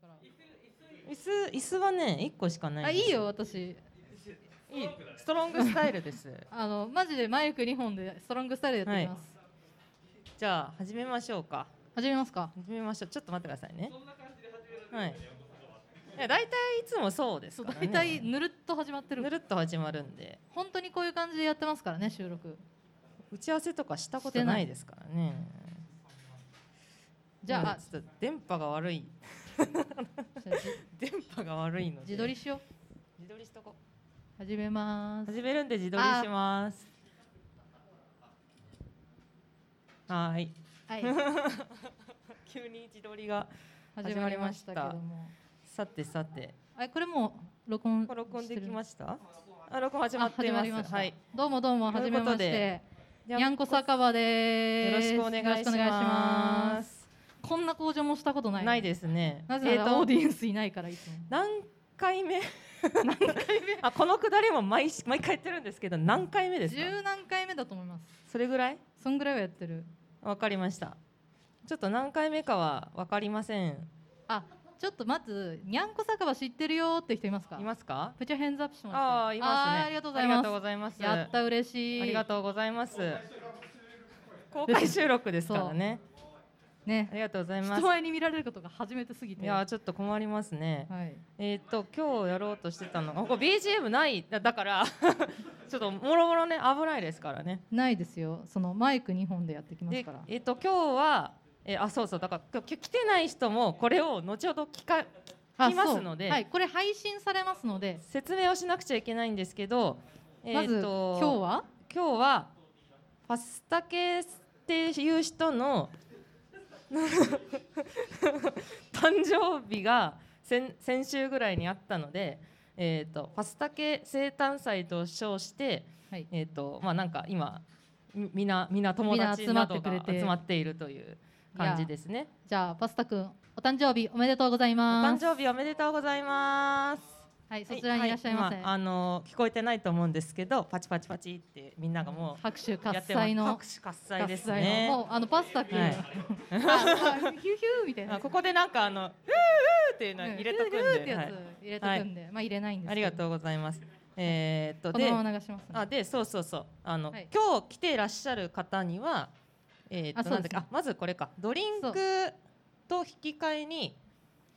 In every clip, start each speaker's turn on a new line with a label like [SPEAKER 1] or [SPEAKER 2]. [SPEAKER 1] から
[SPEAKER 2] 椅子椅子はね一個しかない
[SPEAKER 1] あ
[SPEAKER 2] んです
[SPEAKER 1] いいよ私
[SPEAKER 2] いいストロングスタイルです
[SPEAKER 1] あのマジでマイク2本でストロングスタイルでやってみます、
[SPEAKER 2] じゃあ始めましょうか
[SPEAKER 1] 始めますか
[SPEAKER 2] 始めましょうちょっと待ってくださいねはいいや大体いつもそうです
[SPEAKER 1] そう
[SPEAKER 2] から、ね、
[SPEAKER 1] 大体ぬるっと始まって
[SPEAKER 2] ぬ
[SPEAKER 1] る
[SPEAKER 2] るっと始まるんで
[SPEAKER 1] 本当にこういう感じでやってますからね収録
[SPEAKER 2] 打ち合わせとかしたこ
[SPEAKER 1] してな
[SPEAKER 2] と
[SPEAKER 1] い
[SPEAKER 2] ないですからね
[SPEAKER 1] じゃあ
[SPEAKER 2] まちょっと電波が悪い
[SPEAKER 1] じゃあじ
[SPEAKER 2] 電波が悪いので
[SPEAKER 1] 自撮りしよう
[SPEAKER 2] 自撮りしとこう
[SPEAKER 1] 始めます
[SPEAKER 2] 始めるんで自撮りしますはーい
[SPEAKER 1] はい
[SPEAKER 2] 急に自撮りが
[SPEAKER 1] 始まりましたけども
[SPEAKER 2] さてさて
[SPEAKER 1] あこれもう録音
[SPEAKER 2] これ録音できま
[SPEAKER 1] し
[SPEAKER 2] したあ録音始
[SPEAKER 1] てる
[SPEAKER 2] まって
[SPEAKER 1] あ
[SPEAKER 2] ま
[SPEAKER 1] 始
[SPEAKER 2] す
[SPEAKER 1] まりました、
[SPEAKER 2] はい
[SPEAKER 1] どうもどうも
[SPEAKER 2] とい
[SPEAKER 1] 初
[SPEAKER 2] うこ
[SPEAKER 1] め
[SPEAKER 2] と
[SPEAKER 1] まし
[SPEAKER 2] で
[SPEAKER 1] てにゃんこ酒場
[SPEAKER 2] よ
[SPEAKER 1] で
[SPEAKER 2] ろ
[SPEAKER 1] す
[SPEAKER 2] しくお願いし
[SPEAKER 1] よろくお
[SPEAKER 2] ま
[SPEAKER 1] ます
[SPEAKER 2] す
[SPEAKER 1] こんな向上もしたことない
[SPEAKER 2] ないですね
[SPEAKER 1] なぜな
[SPEAKER 2] えー
[SPEAKER 1] ら
[SPEAKER 2] と
[SPEAKER 1] オーディエンスいないからいつも
[SPEAKER 2] 何回目何回目 あこのくだりも毎し毎回やってるんですけど何回目ですか
[SPEAKER 1] 十何回目だと思います
[SPEAKER 2] それぐらい
[SPEAKER 1] そんぐらいはやってる
[SPEAKER 2] わかりましたちょっと何回目かはわかりません
[SPEAKER 1] あちょっとまずにゃんこ酒場知ってるよって人いますか
[SPEAKER 2] いますか
[SPEAKER 1] プチヘンズアップします
[SPEAKER 2] ああいますね
[SPEAKER 1] あーありがとうございます
[SPEAKER 2] ます
[SPEAKER 1] やった嬉しい
[SPEAKER 2] ありがとうございます公開収録ですからね
[SPEAKER 1] うね
[SPEAKER 2] ありがとうございます
[SPEAKER 1] 人前に見られることが初めてすぎて
[SPEAKER 2] いやーちょっと困りますね
[SPEAKER 1] はい
[SPEAKER 2] えーっと今日やろうとしてたのがこれ BGM ないだだから ちょっともろもろね危ないですからね
[SPEAKER 1] ないですよそのマイク2本でやってきます
[SPEAKER 2] で
[SPEAKER 1] から
[SPEAKER 2] えーっと今日はえーあそうそうだから今日来てない人もこれを後ほど聞か
[SPEAKER 1] あ
[SPEAKER 2] きます
[SPEAKER 1] そう
[SPEAKER 2] ので
[SPEAKER 1] はい、これ配信されますので
[SPEAKER 2] 説明をしなくちゃいけないんですけど、え
[SPEAKER 1] まず
[SPEAKER 2] ーっ
[SPEAKER 1] 今日
[SPEAKER 2] と
[SPEAKER 1] は
[SPEAKER 2] 今日はパスタ系っていう人の 誕生日が先先週ぐらいにあったので、えー、とパスタ系生誕祭と称して、
[SPEAKER 1] はい
[SPEAKER 2] えーとまあ、なんか今みみんなみんな友達
[SPEAKER 1] みん
[SPEAKER 2] な
[SPEAKER 1] な集まって
[SPEAKER 2] ど
[SPEAKER 1] く
[SPEAKER 2] が
[SPEAKER 1] れて
[SPEAKER 2] 集まっているという感じですね。
[SPEAKER 1] じゃあパスタくんお誕生日おめでとうござい
[SPEAKER 2] お
[SPEAKER 1] ま
[SPEAKER 2] 誕
[SPEAKER 1] す
[SPEAKER 2] 生日おめでとうございます。
[SPEAKER 1] はいそちらにいらっしゃいませ、
[SPEAKER 2] は今あの聞こえてないと思うんですけど、パチパチパチってみんながもう
[SPEAKER 1] 拍手喝
[SPEAKER 2] やって
[SPEAKER 1] 采の
[SPEAKER 2] 拍手喝采です
[SPEAKER 1] 喝采の
[SPEAKER 2] ね
[SPEAKER 1] もうあのパスタくん、
[SPEAKER 2] はい
[SPEAKER 1] ああヒューヒューみたいな
[SPEAKER 2] あここでなんかあの「うーうー」っていうの入れとくん
[SPEAKER 1] うんって
[SPEAKER 2] で、は
[SPEAKER 1] やつ
[SPEAKER 2] い、
[SPEAKER 1] 入れとくんで、まあ入れないんです
[SPEAKER 2] ありが
[SPEAKER 1] う
[SPEAKER 2] とうございますえー、っと
[SPEAKER 1] この
[SPEAKER 2] で
[SPEAKER 1] まま流します、
[SPEAKER 2] あでそうそうそうあの、
[SPEAKER 1] はい
[SPEAKER 2] 今日来ていらっしゃる方にはえー、っと
[SPEAKER 1] あそう
[SPEAKER 2] なん
[SPEAKER 1] で
[SPEAKER 2] だっけ
[SPEAKER 1] すね
[SPEAKER 2] あまずこれかドリン
[SPEAKER 1] そう
[SPEAKER 2] クと引き換えに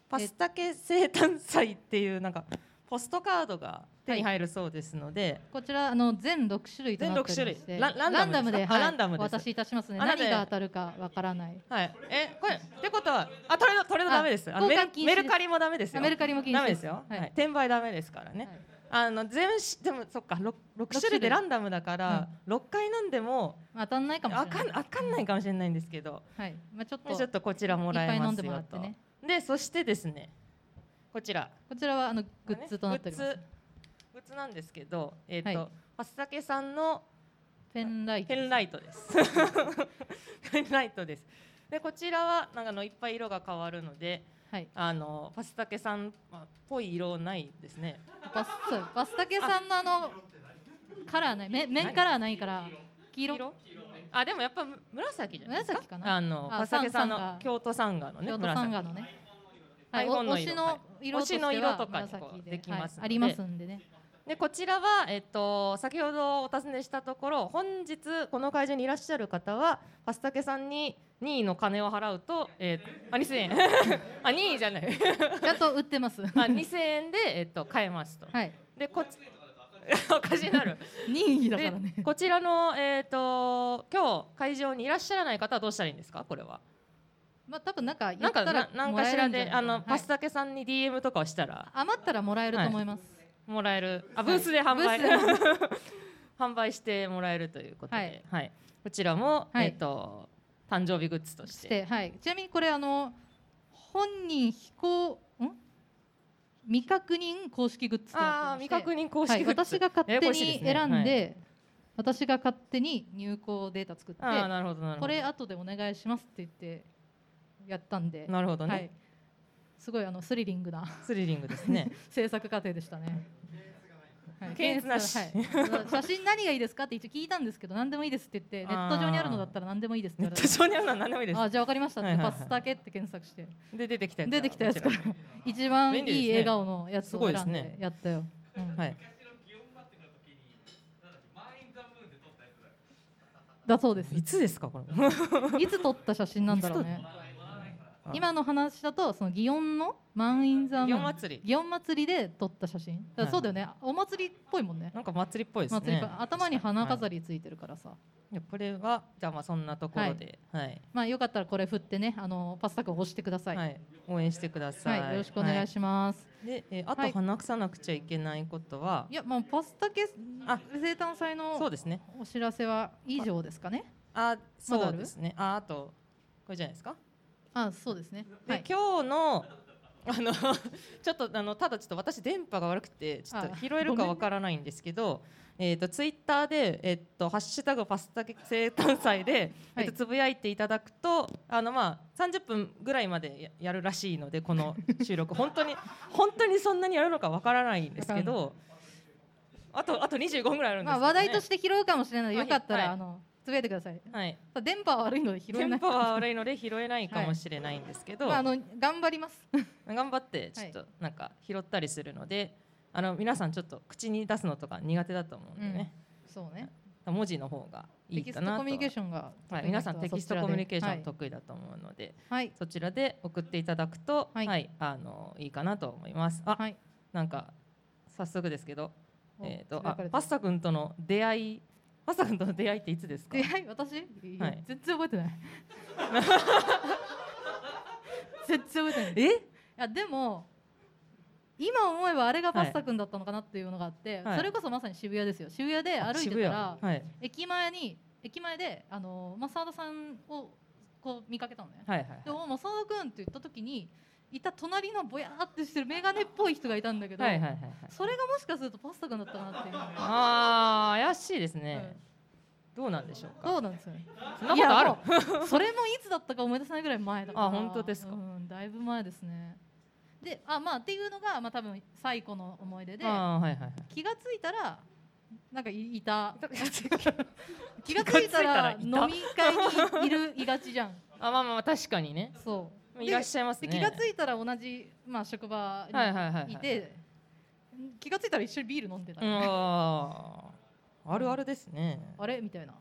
[SPEAKER 2] パスタ系生誕祭っていうなんかポストカードが手に入るそうですので、
[SPEAKER 1] こちらあの全六種類となっておりまして
[SPEAKER 2] 全六種類ラランダムです
[SPEAKER 1] ランダムで、
[SPEAKER 2] かあランダムです
[SPEAKER 1] お渡しいたしますね。
[SPEAKER 2] あなた
[SPEAKER 1] 何が当たるかわからない。
[SPEAKER 2] はいえこれってことはあトレードトレードダメですあのメ
[SPEAKER 1] 交換
[SPEAKER 2] ル
[SPEAKER 1] 禁止
[SPEAKER 2] メ
[SPEAKER 1] です
[SPEAKER 2] ルカリもダメですよ
[SPEAKER 1] メルカリも禁止
[SPEAKER 2] ダメですよ、
[SPEAKER 1] は
[SPEAKER 2] はいい、転売ダメですからね、
[SPEAKER 1] はい
[SPEAKER 2] あの全種でもそっか 6,
[SPEAKER 1] 種類
[SPEAKER 2] 種類でランダムだから、六回飲んでも
[SPEAKER 1] 当たんないか
[SPEAKER 2] あ
[SPEAKER 1] もしれ
[SPEAKER 2] か
[SPEAKER 1] ない。
[SPEAKER 2] んあかんないかもしれないんですけど、
[SPEAKER 1] はい。まあちょっと
[SPEAKER 2] ちょっとこちらもらえま
[SPEAKER 1] いっぱい飲んですもら
[SPEAKER 2] よ
[SPEAKER 1] って
[SPEAKER 2] と。
[SPEAKER 1] ね
[SPEAKER 2] でそしてですねこちら
[SPEAKER 1] こちらはあのグッズとなっておりま
[SPEAKER 2] グッ
[SPEAKER 1] す
[SPEAKER 2] ズ。グッズなんですけど、えっ、と、
[SPEAKER 1] はい
[SPEAKER 2] はすたけさんの
[SPEAKER 1] ペンライト
[SPEAKER 2] ペ
[SPEAKER 1] です。
[SPEAKER 2] ンライト です。ペンライトです。でこちらはなんかあのいっぱい色が変わるので、
[SPEAKER 1] はい。
[SPEAKER 2] あのパスタケさんっぽい色ないですね。
[SPEAKER 1] バスそうバスタケさんのあのカラーない面面カラーないから黄色。
[SPEAKER 2] あでもやっぱ紫じゃないですか。
[SPEAKER 1] 紫かな
[SPEAKER 2] あの
[SPEAKER 1] あ
[SPEAKER 2] パスタケさん
[SPEAKER 1] サン
[SPEAKER 2] の
[SPEAKER 1] サンガ
[SPEAKER 2] 京都サンガのね
[SPEAKER 1] 京都
[SPEAKER 2] 紫
[SPEAKER 1] サンガのね。
[SPEAKER 2] はい本の色
[SPEAKER 1] 推しの色として
[SPEAKER 2] 推し
[SPEAKER 1] は
[SPEAKER 2] の色とかにこう
[SPEAKER 1] 紫
[SPEAKER 2] できますので
[SPEAKER 1] はいあります んでね。
[SPEAKER 2] でこちらは、えっと、先ほどお尋ねしたところ本日この会場にいらっしゃる方はパスタケさんに2位の金を払うと、えー、あ2000円 あ2位じゃない
[SPEAKER 1] ちゃんと売ってます。
[SPEAKER 2] あ
[SPEAKER 1] は
[SPEAKER 2] 2000円で、えっと、買えますと
[SPEAKER 1] い。
[SPEAKER 2] でこっち おかしになる
[SPEAKER 1] 任意だから
[SPEAKER 2] で
[SPEAKER 1] ね。
[SPEAKER 2] こちらの、えっと今日会場にいらっしゃらない方はどうしたらいいんですかこれは
[SPEAKER 1] まあ多分なんか言
[SPEAKER 2] な
[SPEAKER 1] っ
[SPEAKER 2] んか
[SPEAKER 1] た
[SPEAKER 2] な
[SPEAKER 1] ら
[SPEAKER 2] なん
[SPEAKER 1] も
[SPEAKER 2] からし
[SPEAKER 1] える
[SPEAKER 2] ら
[SPEAKER 1] んじ
[SPEAKER 2] で
[SPEAKER 1] ゃない
[SPEAKER 2] あ
[SPEAKER 1] な
[SPEAKER 2] のパスタケさんに DM とかをしたら
[SPEAKER 1] 余ったらもらえると思います。
[SPEAKER 2] もらえるあブースで販売
[SPEAKER 1] ブー
[SPEAKER 2] 販売してもらえるということで、
[SPEAKER 1] は
[SPEAKER 2] はいいこちらも、
[SPEAKER 1] はい
[SPEAKER 2] えっ、と誕生日グッズとし
[SPEAKER 1] してて、はい。ちなみにこれあの本人非公ん未確認公式グッズと
[SPEAKER 2] あ
[SPEAKER 1] な
[SPEAKER 2] あ
[SPEAKER 1] って
[SPEAKER 2] 未
[SPEAKER 1] まして
[SPEAKER 2] 確認公式グッズ、
[SPEAKER 1] はい、私が勝
[SPEAKER 2] やや
[SPEAKER 1] 手
[SPEAKER 2] こしい
[SPEAKER 1] に
[SPEAKER 2] すね
[SPEAKER 1] 選んで私が勝手に入稿データ作って
[SPEAKER 2] はいああなるほどなるほど
[SPEAKER 1] これ後でお願いしますって言ってやったんで、
[SPEAKER 2] なるほどね、
[SPEAKER 1] はい、すごいあのスリリングな
[SPEAKER 2] スリリングですね
[SPEAKER 1] 制作過程でしたねはい
[SPEAKER 2] 検閲なし
[SPEAKER 1] はい写真何がいいですかって一応聞いたんですけど何でもいいですって言ってネット上にあるのだったら何でもいいですって
[SPEAKER 2] ネ
[SPEAKER 1] 言
[SPEAKER 2] ッ
[SPEAKER 1] われ
[SPEAKER 2] ト
[SPEAKER 1] て
[SPEAKER 2] 上にあるのは何でもいいです
[SPEAKER 1] あじゃあ分かりましたって、
[SPEAKER 2] はいはいはい
[SPEAKER 1] パスタケって検索して
[SPEAKER 2] で出てきたやつ
[SPEAKER 1] 出てきたやつか
[SPEAKER 2] こ
[SPEAKER 1] ら
[SPEAKER 2] ち
[SPEAKER 1] 一番
[SPEAKER 2] 便利です
[SPEAKER 1] いい
[SPEAKER 2] ね
[SPEAKER 1] 笑顔のやつ
[SPEAKER 2] す
[SPEAKER 1] を
[SPEAKER 2] ごいで
[SPEAKER 1] 選
[SPEAKER 2] す
[SPEAKER 1] ん
[SPEAKER 2] ね
[SPEAKER 1] でやったよ、うん
[SPEAKER 2] らはい
[SPEAKER 1] だそうです
[SPEAKER 2] いつですかこれ
[SPEAKER 1] いつ撮った写真なんだろうね
[SPEAKER 2] あ
[SPEAKER 1] 今の話だとその祇園の満員
[SPEAKER 2] 祇
[SPEAKER 1] 座
[SPEAKER 2] 園
[SPEAKER 1] の
[SPEAKER 2] 祭り
[SPEAKER 1] 祇園祭りで撮った写真だからそうだよねお祭りっぽいもんね
[SPEAKER 2] なんか祭りっぽいです
[SPEAKER 1] 祭りっ
[SPEAKER 2] ね
[SPEAKER 1] ぽい頭に花飾
[SPEAKER 2] り
[SPEAKER 1] りついてるからさ、
[SPEAKER 2] これはじゃあまあそんなところではい
[SPEAKER 1] まあよかったらこれ振ってねあのパスタクを押してください、
[SPEAKER 2] はい応援してくださ
[SPEAKER 1] はいい、よろしくお願いします。
[SPEAKER 2] はいでえーあ
[SPEAKER 1] は
[SPEAKER 2] と
[SPEAKER 1] い、
[SPEAKER 2] 話さなくちゃいけないことはい
[SPEAKER 1] や、まあ、パスタケ
[SPEAKER 2] あ
[SPEAKER 1] 生誕祭
[SPEAKER 2] そう
[SPEAKER 1] の
[SPEAKER 2] ですね
[SPEAKER 1] お知らせは以上ですかね。
[SPEAKER 2] あ
[SPEAKER 1] まだあ
[SPEAKER 2] そう
[SPEAKER 1] る
[SPEAKER 2] ですねああとこれじゃないですか
[SPEAKER 1] あ、そうですね。
[SPEAKER 2] で、
[SPEAKER 1] はい。
[SPEAKER 2] 今日のあの ちょっとあのただちょっと私電波が悪くてちょっと
[SPEAKER 1] あ
[SPEAKER 2] 拾えるかわからないんですけど、えっ、とツイッターでえっ、とハッシュタグパスタ生誕祭で、
[SPEAKER 1] は
[SPEAKER 2] えっ
[SPEAKER 1] い
[SPEAKER 2] とつぶやいていただくとあのまあ30分ぐらいまでややるらしいのでこ の収録本当に本当にそんなにやるのかわからないんですけど。あとあと25ぐらいあるんですけど、
[SPEAKER 1] まあ、
[SPEAKER 2] ね
[SPEAKER 1] 話題として拾うかもしれないので、
[SPEAKER 2] はい
[SPEAKER 1] よかったら、
[SPEAKER 2] はい
[SPEAKER 1] あの、つぶやいてください。
[SPEAKER 2] はい、
[SPEAKER 1] さ電波は悪いので拾え
[SPEAKER 2] 電
[SPEAKER 1] ない。
[SPEAKER 2] 波は悪いので拾えないかもしれないんですけど、
[SPEAKER 1] まあ、あの、頑張ります。
[SPEAKER 2] 頑張ってちょっとなんか拾ったりするので、あの皆さんちょっと口に出すのとか苦手だと思うんでね、
[SPEAKER 1] そうね。
[SPEAKER 2] 文字の方がい
[SPEAKER 1] テ
[SPEAKER 2] い
[SPEAKER 1] キス
[SPEAKER 2] か
[SPEAKER 1] ト
[SPEAKER 2] なと
[SPEAKER 1] コミュニケーションが得意な人はそ
[SPEAKER 2] は
[SPEAKER 1] ちら
[SPEAKER 2] い、
[SPEAKER 1] で。
[SPEAKER 2] 皆さんテキストコミュニケーション
[SPEAKER 1] はい。
[SPEAKER 2] 得意だと思うので、
[SPEAKER 1] はい。
[SPEAKER 2] そちらで送っていただくと、
[SPEAKER 1] は
[SPEAKER 2] はいいあのいいかなと思います。あ、
[SPEAKER 1] はい。
[SPEAKER 2] なんか早速ですけど、
[SPEAKER 1] お
[SPEAKER 2] えー、と
[SPEAKER 1] つぶや
[SPEAKER 2] あ
[SPEAKER 1] かれてる
[SPEAKER 2] パスタ君との出会いパスタ君との出会いっていつですか
[SPEAKER 1] 出会い私、いや
[SPEAKER 2] はい
[SPEAKER 1] 全然覚えてない全然覚えてない い
[SPEAKER 2] え
[SPEAKER 1] やでも今思えばあれがパスタ君だったのかなっていうのがあって、
[SPEAKER 2] はい
[SPEAKER 1] それこそまさに渋谷ですよ渋谷で歩いてたら
[SPEAKER 2] 渋、谷はい
[SPEAKER 1] 駅前に駅前であのマサーダさんをこう見かけたのね、
[SPEAKER 2] はいはい
[SPEAKER 1] でもマサーダ君って言った時にいた隣のぼやーってしてる眼鏡っぽい人がいたんだけど、
[SPEAKER 2] はいはいはいはい
[SPEAKER 1] それがもしかするとパスタ君だったかなっていう
[SPEAKER 2] あー怪しいです
[SPEAKER 1] う
[SPEAKER 2] ね
[SPEAKER 1] ん、
[SPEAKER 2] どうなんでしょうか
[SPEAKER 1] そうなんですよね
[SPEAKER 2] そんなことある
[SPEAKER 1] いやもうそれもいつだったか思い出せないぐらい前だから
[SPEAKER 2] あ本当ですか
[SPEAKER 1] うん、だいぶ前ですねであまあっていうのが、まあ、多分最古の思い出で
[SPEAKER 2] あーはいはいはい
[SPEAKER 1] 気がついたらなんかいいた
[SPEAKER 2] 気
[SPEAKER 1] 気が
[SPEAKER 2] が
[SPEAKER 1] つ
[SPEAKER 2] つ
[SPEAKER 1] い
[SPEAKER 2] い
[SPEAKER 1] た
[SPEAKER 2] た
[SPEAKER 1] ら
[SPEAKER 2] ら
[SPEAKER 1] 飲み会にいるいがちじゃん
[SPEAKER 2] あまあまあまあ確かにね
[SPEAKER 1] そう
[SPEAKER 2] いらっしゃいます
[SPEAKER 1] で
[SPEAKER 2] ね
[SPEAKER 1] 気がついたら同じ、まあ、職場にいて、
[SPEAKER 2] はいはいはいはい
[SPEAKER 1] 気がついたら一緒にビール飲んでた、
[SPEAKER 2] うんあーあるあるですね
[SPEAKER 1] あれみたいな、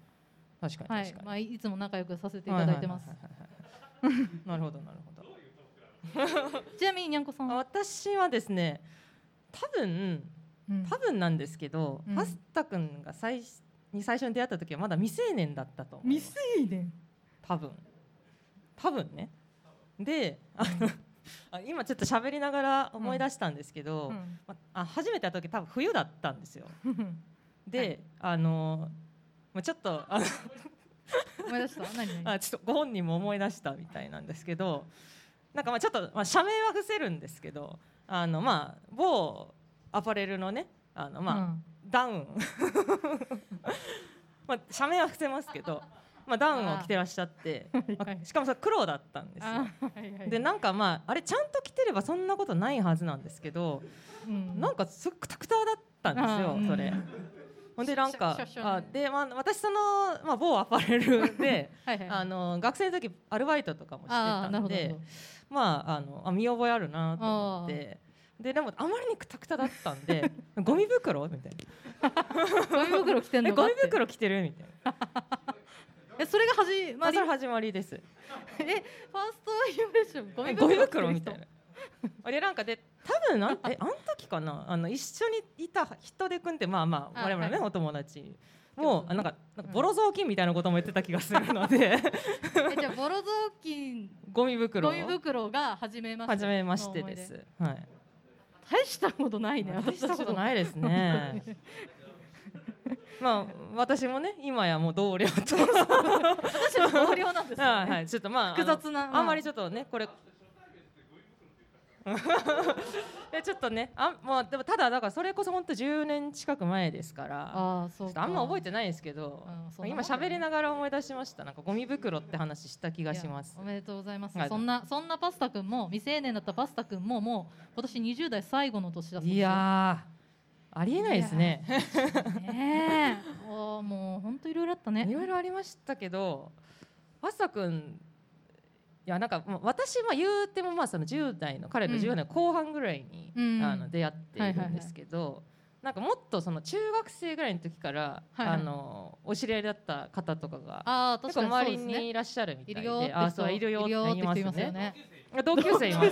[SPEAKER 2] 確かに確かに、
[SPEAKER 1] はいまあ、いつも仲良くさせていただいてます、
[SPEAKER 2] ははいはいはいはいなるほどなるほど
[SPEAKER 1] ちなみににゃんこさん
[SPEAKER 2] あ
[SPEAKER 1] は、
[SPEAKER 2] 私はですね多分
[SPEAKER 1] うん
[SPEAKER 2] 多分なんですけど、
[SPEAKER 1] うん
[SPEAKER 2] パスタくんが最初に最初に出会った時はまだ未成年だったと思う
[SPEAKER 1] 未成年
[SPEAKER 2] 多分多分ねであのあ今ちょっと喋りながら思い出したんですけど、
[SPEAKER 1] うん
[SPEAKER 2] まあ初めて会った時多分冬だったんですよ
[SPEAKER 1] 思
[SPEAKER 2] で、
[SPEAKER 1] はい
[SPEAKER 2] あのまあちょっとあの
[SPEAKER 1] い出した何何
[SPEAKER 2] あちょっとご本人も思い出したみたいなんですけどなんかまあちょっと、まあ、社名は伏せるんですけどあのまあ某アパレルのねあのまあ、ダウン まあ社名は伏せますけど、まあ、ダウンを着てらっしゃって、まあしかもさ黒だったんですよ。でなんかまああれちゃんと着てればそんなことないはずなんですけどなんかすごくくたくただったんですよ、それ。ほんでなんか
[SPEAKER 1] しょしょしょね
[SPEAKER 2] あで、まあ、私その、まあ、某アパレル であ
[SPEAKER 1] あの
[SPEAKER 2] の学生の時アルバイトとかもして
[SPEAKER 1] あ
[SPEAKER 2] た
[SPEAKER 1] ーなる
[SPEAKER 2] ん
[SPEAKER 1] ほどなる
[SPEAKER 2] で
[SPEAKER 1] ほど
[SPEAKER 2] まああのあ見覚えあるなと思ってででもあまりにくたくただったん でゴミ袋みたいな
[SPEAKER 1] ゴミ袋着てん
[SPEAKER 2] え
[SPEAKER 1] の
[SPEAKER 2] ゴ
[SPEAKER 1] か
[SPEAKER 2] ミ
[SPEAKER 1] って
[SPEAKER 2] 袋着てるみたいな、
[SPEAKER 1] えそれが始
[SPEAKER 2] ま
[SPEAKER 1] ま
[SPEAKER 2] あ、
[SPEAKER 1] り
[SPEAKER 2] それ始まりです
[SPEAKER 1] えファーストインプレッションゴ
[SPEAKER 2] え
[SPEAKER 1] ミ
[SPEAKER 2] ゴミ
[SPEAKER 1] 袋着てる
[SPEAKER 2] 袋
[SPEAKER 1] 人
[SPEAKER 2] みたいなあれなんかで多分なんえあん時かなあの一緒にいた人で君ってまあまあ
[SPEAKER 1] あ
[SPEAKER 2] 我々のね、
[SPEAKER 1] はい
[SPEAKER 2] お友達
[SPEAKER 1] そう
[SPEAKER 2] も
[SPEAKER 1] そう
[SPEAKER 2] あなんかなんかボロ雑巾みたいなことも言ってた気がするの で
[SPEAKER 1] えじゃあボロ雑巾
[SPEAKER 2] ゴミ袋
[SPEAKER 1] ゴ
[SPEAKER 2] を
[SPEAKER 1] ミ袋が初めまして
[SPEAKER 2] 初めましてですはい
[SPEAKER 1] 大したことないね
[SPEAKER 2] まあ大したこと
[SPEAKER 1] い
[SPEAKER 2] ないですね。 まあ私もね今やもう同僚と
[SPEAKER 1] 私は同僚なんですよ
[SPEAKER 2] はい
[SPEAKER 1] ね
[SPEAKER 2] はいちょっとまあ
[SPEAKER 1] 複雑な
[SPEAKER 2] あ
[SPEAKER 1] ま
[SPEAKER 2] の
[SPEAKER 1] あ
[SPEAKER 2] あんまりちょっとねこれ いやちょっとねあまあでもただだからそれこそ本当10年近く前ですから
[SPEAKER 1] ああ
[SPEAKER 2] ち
[SPEAKER 1] そ
[SPEAKER 2] ょ
[SPEAKER 1] う
[SPEAKER 2] っ
[SPEAKER 1] か
[SPEAKER 2] とあんま覚えてないですけど
[SPEAKER 1] うんそんなもんだよ
[SPEAKER 2] 今
[SPEAKER 1] ね
[SPEAKER 2] 喋りながら思い出しましたなんかゴミ袋って話した気がします
[SPEAKER 1] いやおめでとうございます、
[SPEAKER 2] はい
[SPEAKER 1] そんなそんなパスタくんも未成年だったパスタくんももう今年20代最後の年だそうです
[SPEAKER 2] い
[SPEAKER 1] よ
[SPEAKER 2] やーありえないですね。
[SPEAKER 1] ねえ。おーもう本当いろいろあっ たね。
[SPEAKER 2] いろいろありましたけど、ファッサ君。いやなんかまあ私まあ言うてもまあその10代の彼の
[SPEAKER 1] うん
[SPEAKER 2] 10代の後半ぐらいに、
[SPEAKER 1] うん
[SPEAKER 2] あの出会っているんですけど、なんかもっとその中学生ぐらいの時から、
[SPEAKER 1] はいはい
[SPEAKER 2] あのお知り合いだった方とかが
[SPEAKER 1] ああ確
[SPEAKER 2] 結
[SPEAKER 1] か
[SPEAKER 2] 構
[SPEAKER 1] にそう
[SPEAKER 2] 周
[SPEAKER 1] で
[SPEAKER 2] り
[SPEAKER 1] す
[SPEAKER 2] に
[SPEAKER 1] ね。
[SPEAKER 2] いらっしゃるみた
[SPEAKER 1] い
[SPEAKER 2] いで、
[SPEAKER 1] るよって人
[SPEAKER 2] あそういるよって言い
[SPEAKER 1] るよっ
[SPEAKER 2] ま
[SPEAKER 1] て
[SPEAKER 2] す
[SPEAKER 1] 人い
[SPEAKER 2] よ
[SPEAKER 1] ますよ
[SPEAKER 2] ね。
[SPEAKER 1] ね。
[SPEAKER 2] 同級生います。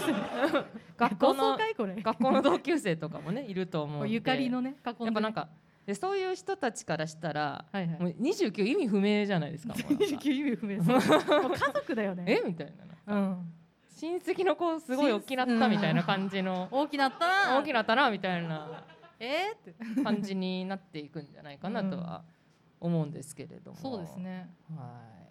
[SPEAKER 2] 学校
[SPEAKER 1] 同窓
[SPEAKER 2] の
[SPEAKER 1] 会これ。
[SPEAKER 2] 学校の同級生とかもねい ると思うんで。
[SPEAKER 1] ゆかりのね囲んでね
[SPEAKER 2] やっぱなんかでそういう人たちからしたら、
[SPEAKER 1] はいはい
[SPEAKER 2] もう29意味不明じゃないです か。もうなんか
[SPEAKER 1] 二十九意味不明です。もう家族だよね。
[SPEAKER 2] えみたいな。
[SPEAKER 1] うん。
[SPEAKER 2] 親戚の子すごい大きなったみたいな感じの
[SPEAKER 1] 大きなったな。
[SPEAKER 2] 大きなったなみたいな
[SPEAKER 1] えーって。
[SPEAKER 2] 感じになっていくんじゃないかなとは思うんですけれども。
[SPEAKER 1] そうですね。
[SPEAKER 2] はいま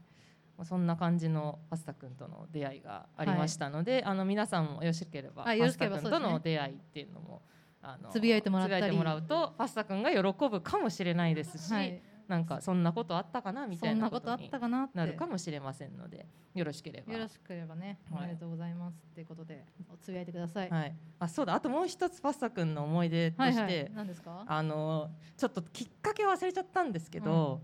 [SPEAKER 2] あ。そんな感じのパスタ君との出会いがありましたので、あの皆さんもよろしければ
[SPEAKER 1] あよ
[SPEAKER 2] パ
[SPEAKER 1] ろ
[SPEAKER 2] ス
[SPEAKER 1] しけ
[SPEAKER 2] タ
[SPEAKER 1] れば
[SPEAKER 2] 君
[SPEAKER 1] そ
[SPEAKER 2] と
[SPEAKER 1] うですね
[SPEAKER 2] の出会いっていうのも。あの
[SPEAKER 1] つぶやいてもらったり
[SPEAKER 2] つぶやいてもらうとパスタ君が喜ぶかもしれないですし、
[SPEAKER 1] はい。
[SPEAKER 2] なんかそんなことあったかなみた
[SPEAKER 1] そ
[SPEAKER 2] い
[SPEAKER 1] ん
[SPEAKER 2] な
[SPEAKER 1] な
[SPEAKER 2] こ
[SPEAKER 1] こと
[SPEAKER 2] と
[SPEAKER 1] あっ
[SPEAKER 2] に
[SPEAKER 1] たかなって。
[SPEAKER 2] なるかもしれませんのでよろしければ
[SPEAKER 1] よろしければね、
[SPEAKER 2] はい
[SPEAKER 1] おめでとうございますっていうことで、つぶやいてください。
[SPEAKER 2] はい、あそうだあともう一つパスタ君の思い出と
[SPEAKER 1] は
[SPEAKER 2] し
[SPEAKER 1] い
[SPEAKER 2] て、
[SPEAKER 1] はい。何ですか？
[SPEAKER 2] あのちょっときっかけ忘れちゃったんですけど、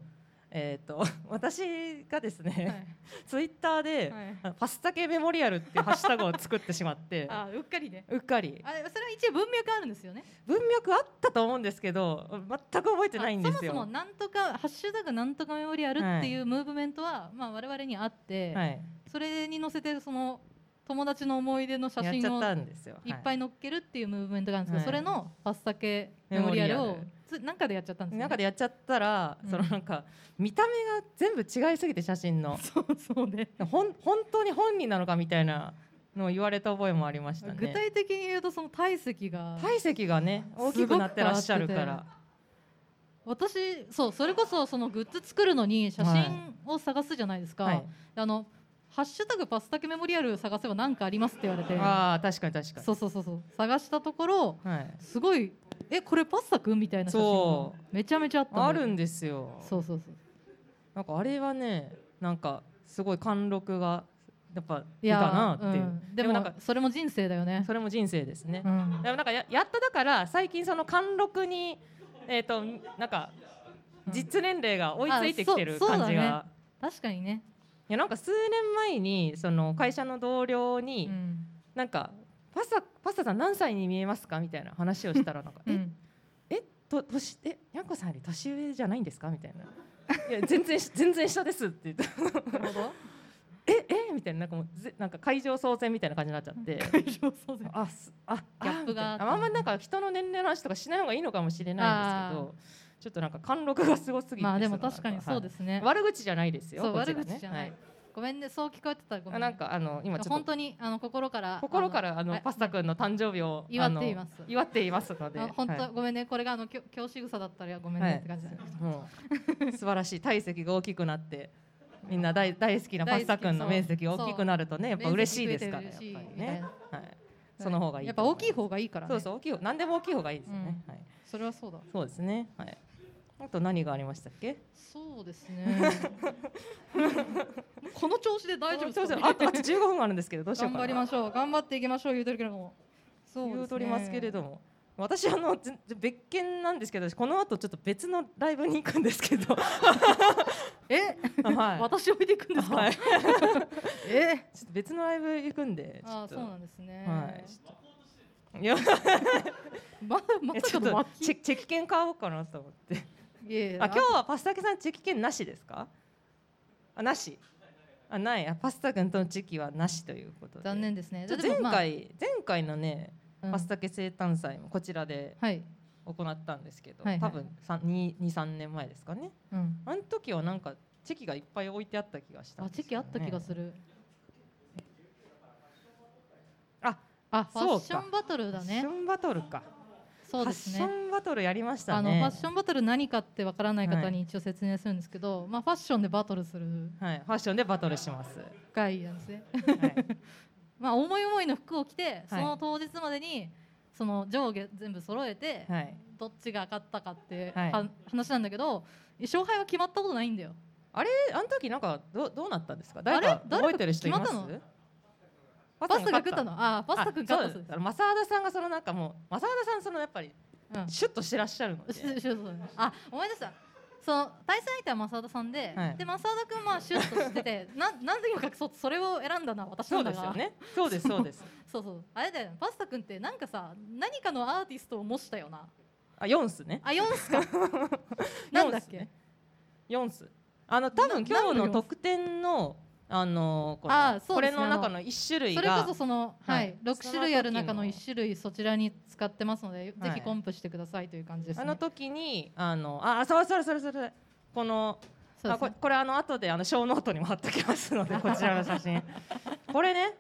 [SPEAKER 2] えっ、と 私がですね、
[SPEAKER 1] は
[SPEAKER 2] ツイッターで、
[SPEAKER 1] い。
[SPEAKER 2] あの パスタ系メモリアルっていうハッシュタグを作ってしまって
[SPEAKER 1] あ、うっかりね。
[SPEAKER 2] うっかり
[SPEAKER 1] あ、それは一応文脈あるんですよね。
[SPEAKER 2] 文脈あったと思うんですけど全く覚えてないんですよ。
[SPEAKER 1] あそもそもなんとかハッシュタグなんとかメモリアルっていうムーブメントは、まあ我々にあって、
[SPEAKER 2] はい、
[SPEAKER 1] それに載せてその友達の思い出の写
[SPEAKER 2] やっち
[SPEAKER 1] 真
[SPEAKER 2] ゃっ
[SPEAKER 1] を
[SPEAKER 2] たんですよ。
[SPEAKER 1] いっぱ
[SPEAKER 2] い、
[SPEAKER 1] い載っけるっていうムーブメントがあるんですけど、
[SPEAKER 2] はい
[SPEAKER 1] それのパスタ系メモリアル
[SPEAKER 2] メモ
[SPEAKER 1] を
[SPEAKER 2] リアル
[SPEAKER 1] つなんかでやっちゃったんですよ、ね。
[SPEAKER 2] 中でやっちゃったら、
[SPEAKER 1] うん
[SPEAKER 2] そのなんか見た目が全部違いすぎて写真の
[SPEAKER 1] そうそうね。
[SPEAKER 2] ほん本当に本人なのかみたいなのを言われた覚えもありましたね。
[SPEAKER 1] 具体的に言うとその体積が
[SPEAKER 2] 体積がね大きくなってらっしゃるから。
[SPEAKER 1] 私そうそれこそそのグッズ作るのに写
[SPEAKER 2] は
[SPEAKER 1] 真
[SPEAKER 2] い
[SPEAKER 1] を探すじゃないですか、
[SPEAKER 2] はい、
[SPEAKER 1] あの「ハッシュタグパスタケメモリアル」探せば何かありますって言われて
[SPEAKER 2] ああ確かに確か
[SPEAKER 1] そうそうそうそう探したところ
[SPEAKER 2] に。はい。
[SPEAKER 1] すごい「えこれパスタくん?」みたいな写真
[SPEAKER 2] そ
[SPEAKER 1] がめちゃめちゃあったんだよ
[SPEAKER 2] あるんですよ。
[SPEAKER 1] そうそうそう
[SPEAKER 2] なんかあれはねなんかすごい貫禄がやっぱ
[SPEAKER 1] い
[SPEAKER 2] 出たなっていう。
[SPEAKER 1] うんでも
[SPEAKER 2] な
[SPEAKER 1] なんん
[SPEAKER 2] か
[SPEAKER 1] かそれも人生だよね
[SPEAKER 2] それも人生ですね
[SPEAKER 1] う。ん
[SPEAKER 2] でもなんかややっとだから最近その貫禄にえっ、となんか
[SPEAKER 1] うん
[SPEAKER 2] 実年齢が追いついてきてる
[SPEAKER 1] あそうそうだ
[SPEAKER 2] 感じ
[SPEAKER 1] ね
[SPEAKER 2] が。
[SPEAKER 1] 確かにね、
[SPEAKER 2] いやなんか数年前にその会社の同僚
[SPEAKER 1] う
[SPEAKER 2] に
[SPEAKER 1] ん
[SPEAKER 2] なんかパスタパスタさん何歳に見えますかみたいな話をしたらなん か、
[SPEAKER 1] う
[SPEAKER 2] え
[SPEAKER 1] ん、
[SPEAKER 2] えと年えにゃんこさんより年上じゃないんですかみたいな。いや全然し全然下ですって言って
[SPEAKER 1] なるほど
[SPEAKER 2] ええみたいななんかもうぜなんか会場騒然みたいな感じになっちゃって
[SPEAKER 1] 会場そう
[SPEAKER 2] あすああ
[SPEAKER 1] ギャップ
[SPEAKER 2] み
[SPEAKER 1] があった
[SPEAKER 2] たいなあんまりなんか人の年齢の話とかしない方がいいのかもしれないんですけどちょっとなんか貫禄がすごすぎて、
[SPEAKER 1] まあでも確かにそうですすね、
[SPEAKER 2] はい悪口じゃないですよ
[SPEAKER 1] そう
[SPEAKER 2] こち
[SPEAKER 1] 悪
[SPEAKER 2] らね
[SPEAKER 1] 口じゃない、
[SPEAKER 2] は
[SPEAKER 1] ごめんねそう聞こえてたらごめ
[SPEAKER 2] あ
[SPEAKER 1] ん、
[SPEAKER 2] なんかあの今ちょっ
[SPEAKER 1] 本
[SPEAKER 2] と
[SPEAKER 1] 当にあの心から
[SPEAKER 2] 心からあの
[SPEAKER 1] はい
[SPEAKER 2] パスタ君の誕生日を
[SPEAKER 1] 祝
[SPEAKER 2] あ
[SPEAKER 1] っ
[SPEAKER 2] の
[SPEAKER 1] ています
[SPEAKER 2] 祝っていますので
[SPEAKER 1] あ本当、
[SPEAKER 2] は
[SPEAKER 1] ごめんねこれがあのきょ教師草だったらごめん
[SPEAKER 2] は
[SPEAKER 1] ね
[SPEAKER 2] い
[SPEAKER 1] って感じだね、
[SPEAKER 2] いもう素晴らしい体積が大ききくなってみんな大大好きなパスタ君の面積が大きくなるとねやっぱ嬉しいですからやっ
[SPEAKER 1] 面
[SPEAKER 2] ぱ
[SPEAKER 1] 積増えて嬉し
[SPEAKER 2] り
[SPEAKER 1] いみたい
[SPEAKER 2] ね、
[SPEAKER 1] な
[SPEAKER 2] はい、その方がいい
[SPEAKER 1] やっ
[SPEAKER 2] と
[SPEAKER 1] ぱ
[SPEAKER 2] 思
[SPEAKER 1] 大
[SPEAKER 2] います
[SPEAKER 1] きい方がいいからね
[SPEAKER 2] そうそう大きい方何でも大きい方がいいですね、はい
[SPEAKER 1] それはそうだ
[SPEAKER 2] そうですねはいあと何がありましたっけ
[SPEAKER 1] そうです ねこの調子で大丈夫ですか
[SPEAKER 2] あとあと15分あるんですけどどうしよう
[SPEAKER 1] 頑
[SPEAKER 2] かな
[SPEAKER 1] 張りましょう頑張っていきましょう言うとるけれどもそうですね
[SPEAKER 2] 言うとりますけれども私あのぜ別件なんですけどこの後ちょっと別のライブに行くんですけ ど
[SPEAKER 1] え、
[SPEAKER 2] は
[SPEAKER 1] 私置いていくん
[SPEAKER 2] い、
[SPEAKER 1] ですか、
[SPEAKER 2] はい、ちょ
[SPEAKER 1] え
[SPEAKER 2] っと別のライブ行くんでちょ
[SPEAKER 1] あ
[SPEAKER 2] っ
[SPEAKER 1] ー
[SPEAKER 2] と
[SPEAKER 1] そうなんですね、
[SPEAKER 2] はいちょっとい や
[SPEAKER 1] ままさ
[SPEAKER 2] ちょ
[SPEAKER 1] か
[SPEAKER 2] っ
[SPEAKER 1] の
[SPEAKER 2] と
[SPEAKER 1] 巻き
[SPEAKER 2] チェチェキ券買おうかなと思って
[SPEAKER 1] いやいや
[SPEAKER 2] あ今日はパスタケさんチェキ券なしですかあなしあないあパスタ君とのチェキはなしということで
[SPEAKER 1] 残念ですね
[SPEAKER 2] ちょ
[SPEAKER 1] で
[SPEAKER 2] 前
[SPEAKER 1] も
[SPEAKER 2] 回、
[SPEAKER 1] まあ
[SPEAKER 2] 前回のね、
[SPEAKER 1] うん
[SPEAKER 2] パスタケ生誕祭もこちらで
[SPEAKER 1] はい、
[SPEAKER 2] 行ったんですけど、
[SPEAKER 1] はいはい
[SPEAKER 2] 多分三二二三年前ですかね。
[SPEAKER 1] うん、
[SPEAKER 2] あの時はなんかチェキがいっぱい置いてあった気がしたん
[SPEAKER 1] あ
[SPEAKER 2] ですよね、
[SPEAKER 1] チェキあった気がする、
[SPEAKER 2] あ
[SPEAKER 1] あファ
[SPEAKER 2] そうか
[SPEAKER 1] ッションバトルだね
[SPEAKER 2] ファッションバトルか。
[SPEAKER 1] そうです
[SPEAKER 2] ファッ
[SPEAKER 1] ね
[SPEAKER 2] ションバトルやりまし
[SPEAKER 1] あ
[SPEAKER 2] た
[SPEAKER 1] の
[SPEAKER 2] ね。
[SPEAKER 1] ファッションバトル何かってわからない方
[SPEAKER 2] は
[SPEAKER 1] に一応説明するんですけど、まあファッションでバトルする
[SPEAKER 2] はい、ファッションでバトルし ます。はい
[SPEAKER 1] 会なんですね まあ思い思いの服を着てその当日までにその上下全部揃えて、
[SPEAKER 2] はい。
[SPEAKER 1] どっちが勝ったかって
[SPEAKER 2] はい
[SPEAKER 1] は話なんだけど勝敗は決まったことないんだよ
[SPEAKER 2] えあの時なんかどうどうなったんですか。
[SPEAKER 1] れ
[SPEAKER 2] 誰か
[SPEAKER 1] 誰か
[SPEAKER 2] 覚えてる人います？
[SPEAKER 1] 決まった
[SPEAKER 2] パ
[SPEAKER 1] パスタが食ったのあーパスタ君勝ったそうです
[SPEAKER 2] マサダさんがそのなんかもうマサダさんそのやっぱり
[SPEAKER 1] うん
[SPEAKER 2] シュッとしてらっしゃるので、
[SPEAKER 1] そうそうそうあ思い出したその対戦相手は正田さんで、
[SPEAKER 2] はい
[SPEAKER 1] で正田君まあシュッとして てなん何でにもかくそうそれを選んだのは私
[SPEAKER 2] そ
[SPEAKER 1] な
[SPEAKER 2] うん
[SPEAKER 1] だ
[SPEAKER 2] で
[SPEAKER 1] が
[SPEAKER 2] すよねそうですそうです
[SPEAKER 1] そうそうあれだよねパスタ君ってなんかさ何かのアーティストを模したよな
[SPEAKER 2] あ四スね
[SPEAKER 1] あ四 スかなんだっけ、
[SPEAKER 2] 四スあの多分今
[SPEAKER 1] な
[SPEAKER 2] 日
[SPEAKER 1] 何の
[SPEAKER 2] の
[SPEAKER 1] 四ス
[SPEAKER 2] 得点のあのこの
[SPEAKER 1] あそう
[SPEAKER 2] こ
[SPEAKER 1] で
[SPEAKER 2] れ
[SPEAKER 1] すね
[SPEAKER 2] の中の一種類
[SPEAKER 1] それこ
[SPEAKER 2] が
[SPEAKER 1] そその、は
[SPEAKER 2] はいい
[SPEAKER 1] 六種類ある中の
[SPEAKER 2] その時の
[SPEAKER 1] 一種類そちらに使ってますので、
[SPEAKER 2] はい
[SPEAKER 1] ぜひコンプしてくださいという感じです、ね、
[SPEAKER 2] あの時にあのあそうそれそれそれこの
[SPEAKER 1] そう
[SPEAKER 2] あ
[SPEAKER 1] です
[SPEAKER 2] こ
[SPEAKER 1] ね
[SPEAKER 2] れこれあの後であの小ノートにも貼っときます のでこちらの写真これね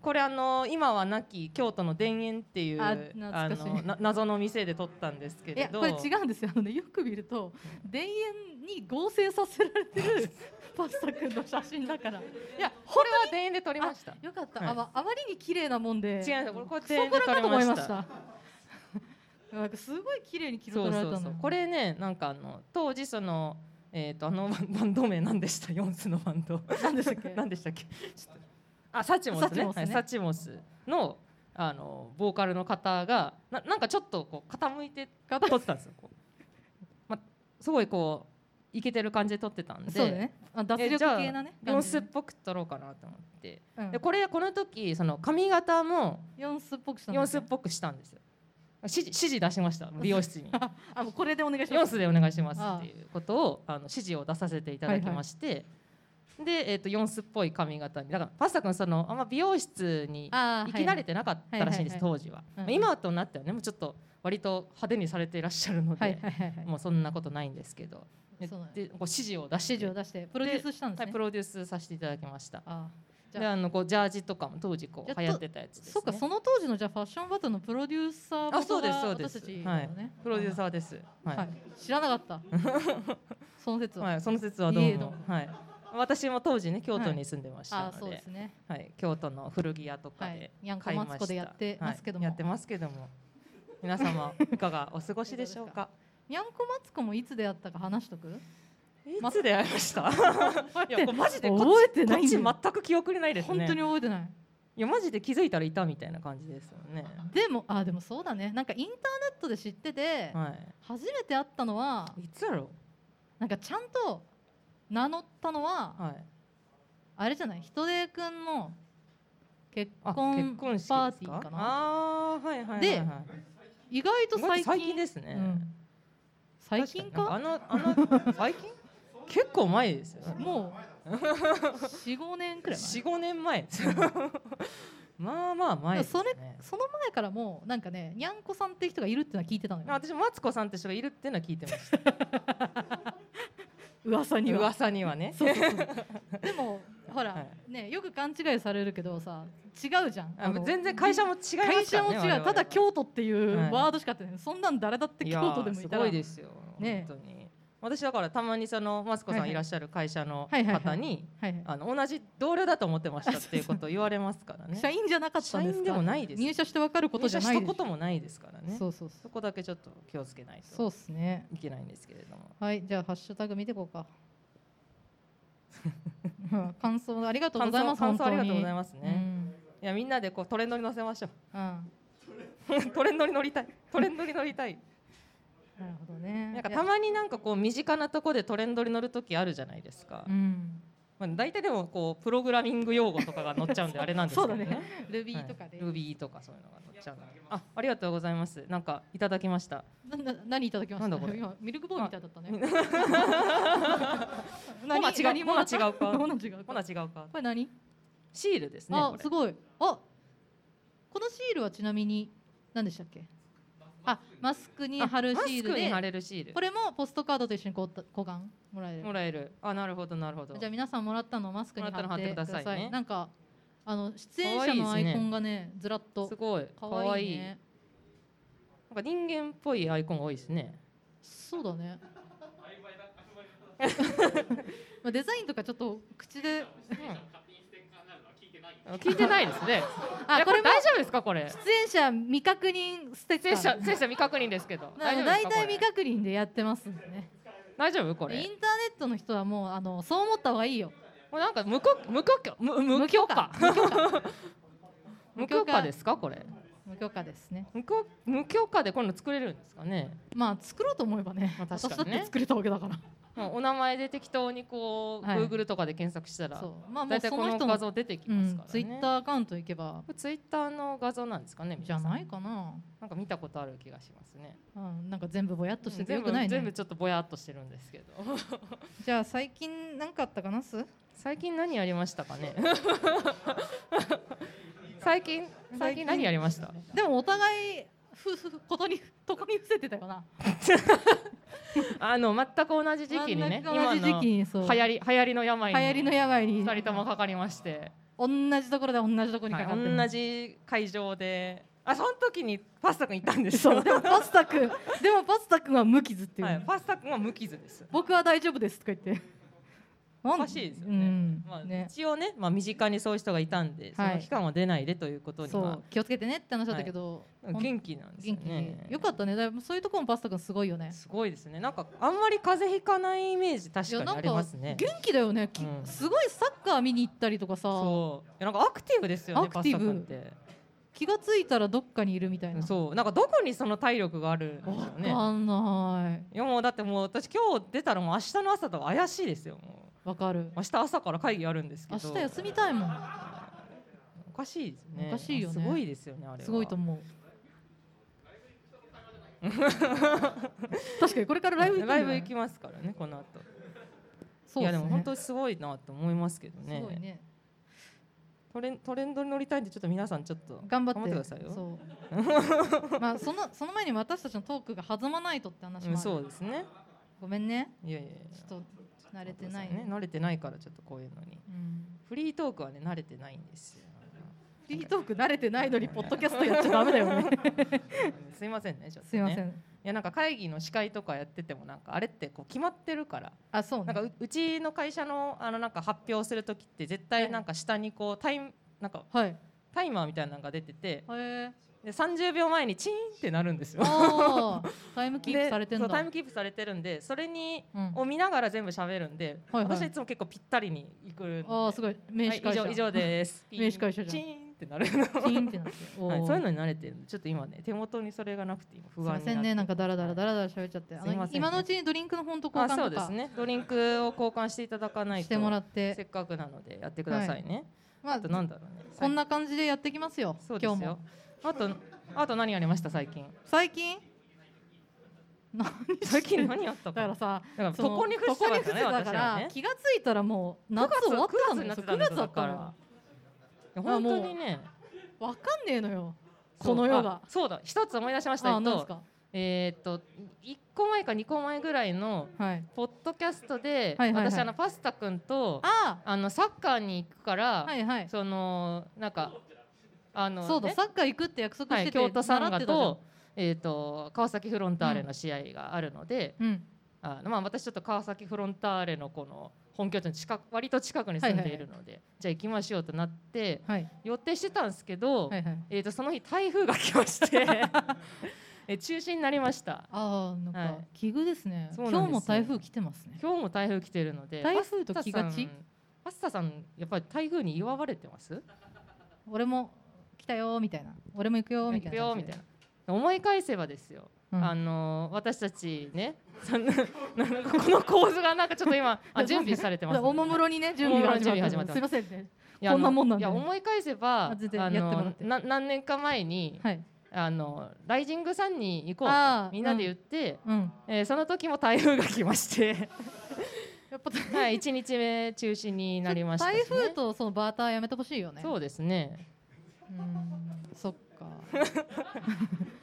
[SPEAKER 2] これあの今は亡き京都の田園っていう
[SPEAKER 1] あ
[SPEAKER 2] あ
[SPEAKER 1] 懐かしい
[SPEAKER 2] のな謎の店で撮ったんですけ
[SPEAKER 1] いや
[SPEAKER 2] れど
[SPEAKER 1] これ違うんですよあのねよく見ると田園に合成させられてるパスタ君の写真だから
[SPEAKER 2] いやこれは田園で撮りました
[SPEAKER 1] よかった、
[SPEAKER 2] はい
[SPEAKER 1] あまあまりに綺麗なもんで
[SPEAKER 2] 違うんですこれこうやっ
[SPEAKER 1] ク
[SPEAKER 2] て
[SPEAKER 1] ソこれかと思いまし
[SPEAKER 2] 撮れ
[SPEAKER 1] たなんかすごい綺麗に切り
[SPEAKER 2] そ
[SPEAKER 1] 取
[SPEAKER 2] う
[SPEAKER 1] られ
[SPEAKER 2] そ
[SPEAKER 1] たんだ
[SPEAKER 2] う
[SPEAKER 1] よ
[SPEAKER 2] そうこれねなんかあの当時そのえっ、とあのバンバンド名なんでしたヨンスのバンド
[SPEAKER 1] 何でしたっけ
[SPEAKER 2] 何でしたっけちょっとあサチモスね
[SPEAKER 1] サチモスね
[SPEAKER 2] はいサチモスのあのボーカルの方がななんかちょっとこう傾いて
[SPEAKER 1] 片
[SPEAKER 2] 撮ってたんですよ。こうま、すごいこうイケてる感じで撮ってたんで、
[SPEAKER 1] そうだねあ脱
[SPEAKER 2] え
[SPEAKER 1] 力
[SPEAKER 2] じゃあ
[SPEAKER 1] 系なね
[SPEAKER 2] ヨ
[SPEAKER 1] 感
[SPEAKER 2] ン
[SPEAKER 1] じ
[SPEAKER 2] ス
[SPEAKER 1] で
[SPEAKER 2] っ
[SPEAKER 1] ね
[SPEAKER 2] ぽく撮ろうかなと思って、
[SPEAKER 1] うん
[SPEAKER 2] でこれこの時その髪型も
[SPEAKER 1] 四スっぽくした
[SPEAKER 2] ヨ
[SPEAKER 1] んだよ
[SPEAKER 2] ン
[SPEAKER 1] ね
[SPEAKER 2] スっぽくしたんですよ。指示指示出しました美容室 に。
[SPEAKER 1] あもうこれでお願いし
[SPEAKER 2] ヨ
[SPEAKER 1] ま
[SPEAKER 2] ン
[SPEAKER 1] す
[SPEAKER 2] スでお願いしますっていうことをあの指示を出させていただきまして、で、えー、とヨンスっぽい髪型にだからパスタ君そのあんま美容室に
[SPEAKER 1] あ
[SPEAKER 2] 行き慣れてなかったらしいんです、
[SPEAKER 1] はいは
[SPEAKER 2] 当
[SPEAKER 1] い
[SPEAKER 2] 時は、
[SPEAKER 1] うんうん
[SPEAKER 2] まあ今となってはねもうちょっと割と派手にされていらっしゃるので、
[SPEAKER 1] はいはいはいはい
[SPEAKER 2] もうそんなことないんですけどで
[SPEAKER 1] そうなんで
[SPEAKER 2] で
[SPEAKER 1] す
[SPEAKER 2] こう指示を出して
[SPEAKER 1] 指示を出してプロデュースしたんです
[SPEAKER 2] はい、
[SPEAKER 1] ね
[SPEAKER 2] プロデュースさせていただきました
[SPEAKER 1] あじ
[SPEAKER 2] で
[SPEAKER 1] ゃあ
[SPEAKER 2] あのこうジャージとかも当時こ
[SPEAKER 1] じゃ
[SPEAKER 2] う
[SPEAKER 1] あと
[SPEAKER 2] 流行ってたやつです、ね、
[SPEAKER 1] そうかその当時のじゃあファッションバトルのプロデューサー
[SPEAKER 2] あそうです
[SPEAKER 1] 元が
[SPEAKER 2] そうです
[SPEAKER 1] 私たちだよね
[SPEAKER 2] プロデューサーです、
[SPEAKER 1] は
[SPEAKER 2] はいい
[SPEAKER 1] はい知らなかった その説は
[SPEAKER 2] はい、その説はどう
[SPEAKER 1] いいえどう
[SPEAKER 2] も、はい、私も当時ね京都に住んでました
[SPEAKER 1] あ
[SPEAKER 2] ので,、
[SPEAKER 1] そうですね
[SPEAKER 2] はい、京都の古着屋とか
[SPEAKER 1] は
[SPEAKER 2] で
[SPEAKER 1] いにゃんこ
[SPEAKER 2] 買いま
[SPEAKER 1] マ
[SPEAKER 2] した、
[SPEAKER 1] ツコでやってますけども
[SPEAKER 2] はいやってますけども皆 様いかがお過ごしでしょうか
[SPEAKER 1] にゃんこマツコもいつ出会ったか話しとく
[SPEAKER 2] い
[SPEAKER 1] ま
[SPEAKER 2] つで会いましたいやこれマジでこっち
[SPEAKER 1] 覚えてないんだよ
[SPEAKER 2] こっち全く記憶にないですね
[SPEAKER 1] 本当に覚えてない
[SPEAKER 2] いやマジで気づいたらいたみたいな感じですよね
[SPEAKER 1] でもあでもそうだねなんかインターネットで知ってて
[SPEAKER 2] は
[SPEAKER 1] 初めて会ったのはい
[SPEAKER 2] いつやろ
[SPEAKER 1] なんかちゃんと名乗ったのは
[SPEAKER 2] うはい
[SPEAKER 1] あれじゃない人出くんの結
[SPEAKER 2] あ
[SPEAKER 1] 婚
[SPEAKER 2] 結婚式ですか
[SPEAKER 1] パーティーかな
[SPEAKER 2] あーはいはいはい、はい、
[SPEAKER 1] で意外と最近
[SPEAKER 2] 最近ですね、
[SPEAKER 1] うん最近か
[SPEAKER 2] 確になんかあのあの最近結構前ですよね
[SPEAKER 1] もう45年くらい前
[SPEAKER 2] 四五年前 まあまあ前です、ね、
[SPEAKER 1] でその前からもうなんかねにゃんこさんって人がいるってのは聞いてたのよ
[SPEAKER 2] 私マツコさんって人がいるっていうのは聞いてま した
[SPEAKER 1] 噂には
[SPEAKER 2] 噂にはね
[SPEAKER 1] そうそうそうで もほら、
[SPEAKER 2] は
[SPEAKER 1] ねよく勘違いされるけどさ違うじゃん
[SPEAKER 2] あ
[SPEAKER 1] あの
[SPEAKER 2] 全然会社も違いますからね
[SPEAKER 1] 会社も違
[SPEAKER 2] 我
[SPEAKER 1] う
[SPEAKER 2] 々
[SPEAKER 1] ただ京都っていう
[SPEAKER 2] はい
[SPEAKER 1] ワードしかやってない、そんなん誰だって
[SPEAKER 2] い
[SPEAKER 1] 京
[SPEAKER 2] や
[SPEAKER 1] 都でもい
[SPEAKER 2] す
[SPEAKER 1] たら
[SPEAKER 2] ごいですよ、
[SPEAKER 1] ね
[SPEAKER 2] 本当に私だからたまにそのマツコさ
[SPEAKER 1] はいは
[SPEAKER 2] ん
[SPEAKER 1] い
[SPEAKER 2] いらっしゃる会社の
[SPEAKER 1] はいはいはい
[SPEAKER 2] 方に
[SPEAKER 1] はいはい
[SPEAKER 2] あの同じ同僚だと思ってましたっていうことを言われます からね
[SPEAKER 1] 社員じゃなかった
[SPEAKER 2] 社
[SPEAKER 1] んですか
[SPEAKER 2] 員でもないです
[SPEAKER 1] 入社して分かること
[SPEAKER 2] 入
[SPEAKER 1] じゃ
[SPEAKER 2] 社
[SPEAKER 1] な
[SPEAKER 2] し
[SPEAKER 1] い
[SPEAKER 2] た
[SPEAKER 1] で
[SPEAKER 2] こともないですからね
[SPEAKER 1] そうそうそ
[SPEAKER 2] そうこだけちょっと気をつけない
[SPEAKER 1] そう
[SPEAKER 2] と
[SPEAKER 1] っすね
[SPEAKER 2] いけないんですけれども
[SPEAKER 1] はいじゃあハッシュタグ見ていこうか うん感想ありがとうございます
[SPEAKER 2] 感想感想
[SPEAKER 1] 本当に
[SPEAKER 2] ありがとうございますね
[SPEAKER 1] うん
[SPEAKER 2] いやみんなでこうトレンドに乗せましょう
[SPEAKER 1] うん
[SPEAKER 2] トレンドに乗りたいトレンドに乗りたい
[SPEAKER 1] なるほどね
[SPEAKER 2] なんか
[SPEAKER 1] いや
[SPEAKER 2] たまになんかこう身近なとこでトレンドに乗る時あるじゃないですか、
[SPEAKER 1] うん
[SPEAKER 2] まあ、大体でもこうプログラミング用語とかが乗っちゃうんであれなんです
[SPEAKER 1] そ
[SPEAKER 2] け
[SPEAKER 1] う
[SPEAKER 2] ど
[SPEAKER 1] だね
[SPEAKER 2] ね
[SPEAKER 1] Ruby とかで、
[SPEAKER 2] はい、Ruby とかそういうのが乗っちゃうんであありがとうございますなんかいただきました
[SPEAKER 1] なな何いただきました
[SPEAKER 2] なんだこれ
[SPEAKER 1] 今ミルクボーイみたいだった ね
[SPEAKER 2] ほな違う
[SPEAKER 1] 何 もらった
[SPEAKER 2] ほな違うか
[SPEAKER 1] ほな違う
[SPEAKER 2] ほ
[SPEAKER 1] か
[SPEAKER 2] な違うか
[SPEAKER 1] これ何
[SPEAKER 2] シールですね
[SPEAKER 1] あ
[SPEAKER 2] これ
[SPEAKER 1] すごいあこのシールはちなみに何でしたっけあマスクに
[SPEAKER 2] あ
[SPEAKER 1] 貼るシール
[SPEAKER 2] マスクに貼
[SPEAKER 1] で
[SPEAKER 2] れるシール
[SPEAKER 1] これもポストカードと一緒にこうた交換もらえる
[SPEAKER 2] もらえるあなるほどなるほど
[SPEAKER 1] じゃあ皆さんもらったのをマスクに
[SPEAKER 2] もら
[SPEAKER 1] 貼
[SPEAKER 2] ったの貼っ
[SPEAKER 1] っ
[SPEAKER 2] ててく
[SPEAKER 1] くだ
[SPEAKER 2] だ
[SPEAKER 1] さ
[SPEAKER 2] さ
[SPEAKER 1] い
[SPEAKER 2] いね
[SPEAKER 1] なんかあの出演者のア
[SPEAKER 2] 可愛いですね
[SPEAKER 1] イコンがねずらっと
[SPEAKER 2] すごいか
[SPEAKER 1] 可
[SPEAKER 2] わ
[SPEAKER 1] 愛
[SPEAKER 2] い
[SPEAKER 1] い
[SPEAKER 2] い
[SPEAKER 1] ね
[SPEAKER 2] なんか人間っぽいアイコンが多いですね
[SPEAKER 1] そうだ ねまあデザインとかちょっと口で
[SPEAKER 2] うん聞いてないですね
[SPEAKER 1] あ
[SPEAKER 2] あ
[SPEAKER 1] こ
[SPEAKER 2] こ
[SPEAKER 1] れ
[SPEAKER 2] れ
[SPEAKER 1] も
[SPEAKER 2] 大丈夫ですかこれ
[SPEAKER 1] 出演者未確認ステッカ
[SPEAKER 2] 選
[SPEAKER 1] ー
[SPEAKER 2] 者選者未確認ですけど
[SPEAKER 1] な
[SPEAKER 2] 大丈夫
[SPEAKER 1] 大
[SPEAKER 2] ですかこ
[SPEAKER 1] 体
[SPEAKER 2] れ
[SPEAKER 1] 未確認でやってますんでね
[SPEAKER 2] 大丈夫こ
[SPEAKER 1] インター
[SPEAKER 2] れ
[SPEAKER 1] ネットの人はもうあのそう思った方がいいよ
[SPEAKER 2] これなんか無許無許可無無許可
[SPEAKER 1] 無許可
[SPEAKER 2] 無許可ですかこれ
[SPEAKER 1] 無許可ですね
[SPEAKER 2] 無許無許可でこういうの作れるんですかね。
[SPEAKER 1] まあ作ろうと思えばね,、
[SPEAKER 2] まあ確かにね
[SPEAKER 1] 私だって作れたわけだから
[SPEAKER 2] まあお名前で適当にこう、
[SPEAKER 1] はい
[SPEAKER 2] Google とかで検索したら、
[SPEAKER 1] そうまあも
[SPEAKER 2] 大
[SPEAKER 1] う
[SPEAKER 2] 体
[SPEAKER 1] そ
[SPEAKER 2] こ
[SPEAKER 1] の
[SPEAKER 2] の
[SPEAKER 1] 人
[SPEAKER 2] 画
[SPEAKER 1] の
[SPEAKER 2] 像出てき
[SPEAKER 1] う
[SPEAKER 2] ます
[SPEAKER 1] ん
[SPEAKER 2] からね。
[SPEAKER 1] ツイッターアカウント行けば
[SPEAKER 2] これツイッターの画像なんですかね。。
[SPEAKER 1] じゃないいかな、
[SPEAKER 2] なんか見たことある気がしますね。
[SPEAKER 1] うん、なんか全部ぼやっとしててよ
[SPEAKER 2] 全
[SPEAKER 1] く
[SPEAKER 2] 部
[SPEAKER 1] ない
[SPEAKER 2] 全部
[SPEAKER 1] ね
[SPEAKER 2] ちょっとぼやっとしてるんですけど。
[SPEAKER 1] じゃあ最近何かあったかなす
[SPEAKER 2] 最近何やりましたかね。最近最近何やりました。
[SPEAKER 1] でもお互いふふことに とこに伏せてたよな
[SPEAKER 2] あの全く同じ時期にね、
[SPEAKER 1] 真ん
[SPEAKER 2] 今
[SPEAKER 1] 中同じ時
[SPEAKER 2] の
[SPEAKER 1] 期
[SPEAKER 2] 流
[SPEAKER 1] にそう
[SPEAKER 2] 行り流行りの病
[SPEAKER 1] 流行りの
[SPEAKER 2] に
[SPEAKER 1] 病に
[SPEAKER 2] 二人ともかかりまして、
[SPEAKER 1] 同じところで同じところに
[SPEAKER 2] は
[SPEAKER 1] かかって
[SPEAKER 2] い
[SPEAKER 1] る、
[SPEAKER 2] 同じ会場で、あその時にパスタ君いたんですよ。
[SPEAKER 1] そうでもパスタ君でもパスタ君は無傷って いう、
[SPEAKER 2] はい、パスタ君は無傷です。
[SPEAKER 1] 僕は大丈夫ですとか言ってお
[SPEAKER 2] おかしいですよね。
[SPEAKER 1] うん
[SPEAKER 2] まあ、
[SPEAKER 1] ね
[SPEAKER 2] 一応ね、まあ身近にそういう人がいたんで、そ
[SPEAKER 1] は
[SPEAKER 2] の
[SPEAKER 1] い
[SPEAKER 2] 期間は出ないでということに
[SPEAKER 1] そ
[SPEAKER 2] は
[SPEAKER 1] う、気をつけてねって話だったけど、
[SPEAKER 2] でも
[SPEAKER 1] ほん
[SPEAKER 2] 元気なんですよ
[SPEAKER 1] 元気に
[SPEAKER 2] ね。
[SPEAKER 1] よかったねだいぶそういうところもパスタ君すごいよね
[SPEAKER 2] すごいですね。なんかあんまり風邪ひかないイメージ確かにありますね。
[SPEAKER 1] 元気だよね、き
[SPEAKER 2] うん
[SPEAKER 1] すごいサッカー見に行ったりとかさ
[SPEAKER 2] そう。いやなんかアクティブですよね。
[SPEAKER 1] ア
[SPEAKER 2] パ
[SPEAKER 1] クテ
[SPEAKER 2] ス
[SPEAKER 1] ィ
[SPEAKER 2] タ
[SPEAKER 1] ブ
[SPEAKER 2] 君って。
[SPEAKER 1] 気がついたらどっかにいるみたいな
[SPEAKER 2] そう。なんかどこにその体力があるんでしょうね
[SPEAKER 1] わ。かんない
[SPEAKER 2] いやもうだってもう私今日出たらもう明日の朝とか怪しいですよ。も
[SPEAKER 1] わかる
[SPEAKER 2] う明日朝から会議あるんですけ
[SPEAKER 1] 明
[SPEAKER 2] ど。
[SPEAKER 1] 日休みたいもん
[SPEAKER 2] おかしいですね。
[SPEAKER 1] おかしいよね
[SPEAKER 2] すごいですよねあれは。
[SPEAKER 1] すごい と思う確かにこれからライブ行くんだ
[SPEAKER 2] ラ
[SPEAKER 1] よ
[SPEAKER 2] イ
[SPEAKER 1] ね
[SPEAKER 2] ブ行きますからねこの後。
[SPEAKER 1] そう
[SPEAKER 2] いや
[SPEAKER 1] っ
[SPEAKER 2] で
[SPEAKER 1] すね
[SPEAKER 2] も本当すごいなと思いますけどね。
[SPEAKER 1] すごいね
[SPEAKER 2] トレントレンドに乗りたいんでちょっと皆さんちょっと
[SPEAKER 1] 頑張って
[SPEAKER 2] くださいよ。
[SPEAKER 1] そうまあそのその前に私たちのトークが弾まないとって話
[SPEAKER 2] うん
[SPEAKER 1] もある、
[SPEAKER 2] そうですね。
[SPEAKER 1] ごめんね
[SPEAKER 2] いやいやいや。
[SPEAKER 1] ちょっと慣れてない
[SPEAKER 2] ね。慣れてないからちょっとこういうのに。
[SPEAKER 1] うん
[SPEAKER 2] フリートークはね慣れてないんです よ。
[SPEAKER 1] フリートーク慣れてないのにポッドキャストやっちゃダメだよね
[SPEAKER 2] すいませんねちょっと、ね。
[SPEAKER 1] すいませ
[SPEAKER 2] い
[SPEAKER 1] ん
[SPEAKER 2] やなんか会議の司会とかやっててもなんかあれってこう決まってるから。
[SPEAKER 1] あそう
[SPEAKER 2] な
[SPEAKER 1] ね
[SPEAKER 2] んかううちの会社のあのなんか発表するときって絶対なんか下にこうタイムなんか
[SPEAKER 1] はいへ
[SPEAKER 2] タイマーみたいなのが出てて
[SPEAKER 1] え
[SPEAKER 2] で30秒前にチーンってなるんですよ。
[SPEAKER 1] あータイムキー
[SPEAKER 2] で
[SPEAKER 1] プされてん
[SPEAKER 2] そ
[SPEAKER 1] だ
[SPEAKER 2] うタイムキープされてるんでそれに、
[SPEAKER 1] うん
[SPEAKER 2] を見ながら全部喋るんで、
[SPEAKER 1] はいはい
[SPEAKER 2] 私はいつも結構ぴったりにいくんで
[SPEAKER 1] ああすごい名
[SPEAKER 2] はい、
[SPEAKER 1] 刺会社、
[SPEAKER 2] 以上以上です。
[SPEAKER 1] 名刺会社じゃん
[SPEAKER 2] チーンってなるの。
[SPEAKER 1] キーンってなってお
[SPEAKER 2] は
[SPEAKER 1] ー
[SPEAKER 2] い、そういうのに慣れてるんでちょっと今ね手元にそれがなくて今
[SPEAKER 1] すい
[SPEAKER 2] 不安
[SPEAKER 1] ま
[SPEAKER 2] にな
[SPEAKER 1] せ
[SPEAKER 2] って
[SPEAKER 1] んねなんかダラダラダラダラ喋っちゃってあ
[SPEAKER 2] すい
[SPEAKER 1] の
[SPEAKER 2] ませんね
[SPEAKER 1] 今のうちにドリンクの本と交
[SPEAKER 2] あ
[SPEAKER 1] 換
[SPEAKER 2] そう
[SPEAKER 1] と
[SPEAKER 2] です
[SPEAKER 1] か
[SPEAKER 2] ねドリンクを交換していただか ないと
[SPEAKER 1] してもらっ
[SPEAKER 2] せ
[SPEAKER 1] て
[SPEAKER 2] っかくなのでやってくださいね、
[SPEAKER 1] ま
[SPEAKER 2] あと
[SPEAKER 1] あ
[SPEAKER 2] なんだろうね
[SPEAKER 1] こんな感じでやってきますよ
[SPEAKER 2] そうで
[SPEAKER 1] 今日
[SPEAKER 2] す
[SPEAKER 1] も
[SPEAKER 2] よあとあと何やりました最 近
[SPEAKER 1] 最近何して
[SPEAKER 2] 最近何やった
[SPEAKER 1] だか
[SPEAKER 2] から
[SPEAKER 1] さ
[SPEAKER 2] だから
[SPEAKER 1] その
[SPEAKER 2] ここに伏せてたんだね
[SPEAKER 1] ここに伏せてた
[SPEAKER 2] 私
[SPEAKER 1] から
[SPEAKER 2] はね
[SPEAKER 1] 気がついたらもう夏終わってた
[SPEAKER 2] 9月
[SPEAKER 1] のよ
[SPEAKER 2] になってたんだ
[SPEAKER 1] そう9だったのよ
[SPEAKER 2] いや本当にね
[SPEAKER 1] わかんねえのよ
[SPEAKER 2] そう
[SPEAKER 1] この世が
[SPEAKER 2] あそうだ一つ思い出しましたえ
[SPEAKER 1] あ
[SPEAKER 2] っ
[SPEAKER 1] なんで
[SPEAKER 2] と
[SPEAKER 1] すか
[SPEAKER 2] えーっと1個前か2個前ぐらいの
[SPEAKER 1] はい
[SPEAKER 2] ポッドキャストで、
[SPEAKER 1] はいはいはい
[SPEAKER 2] 私あのパスタくんと
[SPEAKER 1] あ
[SPEAKER 2] あのサッカーに行くから、
[SPEAKER 1] あはいはい
[SPEAKER 2] そのなんかあの
[SPEAKER 1] そうだ
[SPEAKER 2] ね
[SPEAKER 1] サッカー行くって約束
[SPEAKER 2] は
[SPEAKER 1] し
[SPEAKER 2] い、
[SPEAKER 1] てて
[SPEAKER 2] 京都サン
[SPEAKER 1] 習っ
[SPEAKER 2] ガ
[SPEAKER 1] てたじゃん
[SPEAKER 2] と,、えー、と川崎フロンターレの試合があるので、
[SPEAKER 1] うん
[SPEAKER 2] あのまあ、私ちょっと川崎フロンターレのこの本拠地の近く割と近くに住んでいるので、じゃあ行きましょうとなって
[SPEAKER 1] はい
[SPEAKER 2] 予定してたんですけど、
[SPEAKER 1] はいはい
[SPEAKER 2] えー、とその日台風が来まして え中止になりました
[SPEAKER 1] ああなん
[SPEAKER 2] は
[SPEAKER 1] か
[SPEAKER 2] い
[SPEAKER 1] 奇遇ですね、
[SPEAKER 2] そうなんですよ
[SPEAKER 1] 今日も台風来てますね
[SPEAKER 2] 今日も台風来てるので
[SPEAKER 1] 台風と気が
[SPEAKER 2] パスタさ
[SPEAKER 1] ち
[SPEAKER 2] んパスタさんやっぱり台風に祝われてます
[SPEAKER 1] 俺も来たよーみたいな俺も行くよーみたいな
[SPEAKER 2] 行くよみたいな思い返せばですよ
[SPEAKER 1] うん
[SPEAKER 2] あの私たちね、そんな なんかこの構図がなんかちょっと今あ準備されてます、
[SPEAKER 1] おもむろにね準備が始まっ
[SPEAKER 2] おもむろに
[SPEAKER 1] て
[SPEAKER 2] 準備始まって
[SPEAKER 1] ます
[SPEAKER 2] ます
[SPEAKER 1] すいませんね
[SPEAKER 2] いやあの
[SPEAKER 1] こんなもんなんで
[SPEAKER 2] いや思い返せば
[SPEAKER 1] あ全然やってもらっ
[SPEAKER 2] あ
[SPEAKER 1] て
[SPEAKER 2] のな何年か前に、
[SPEAKER 1] はい
[SPEAKER 2] あのライジングさんに行こう
[SPEAKER 1] あ
[SPEAKER 2] と
[SPEAKER 1] ー
[SPEAKER 2] みんなで言って、
[SPEAKER 1] うん
[SPEAKER 2] えーその時も台風が来まして、
[SPEAKER 1] やっぱ台
[SPEAKER 2] はい一日目中止になりましたし、ね、
[SPEAKER 1] 台風とそのバーターやめてほしいよね
[SPEAKER 2] そううですね。
[SPEAKER 1] んそっか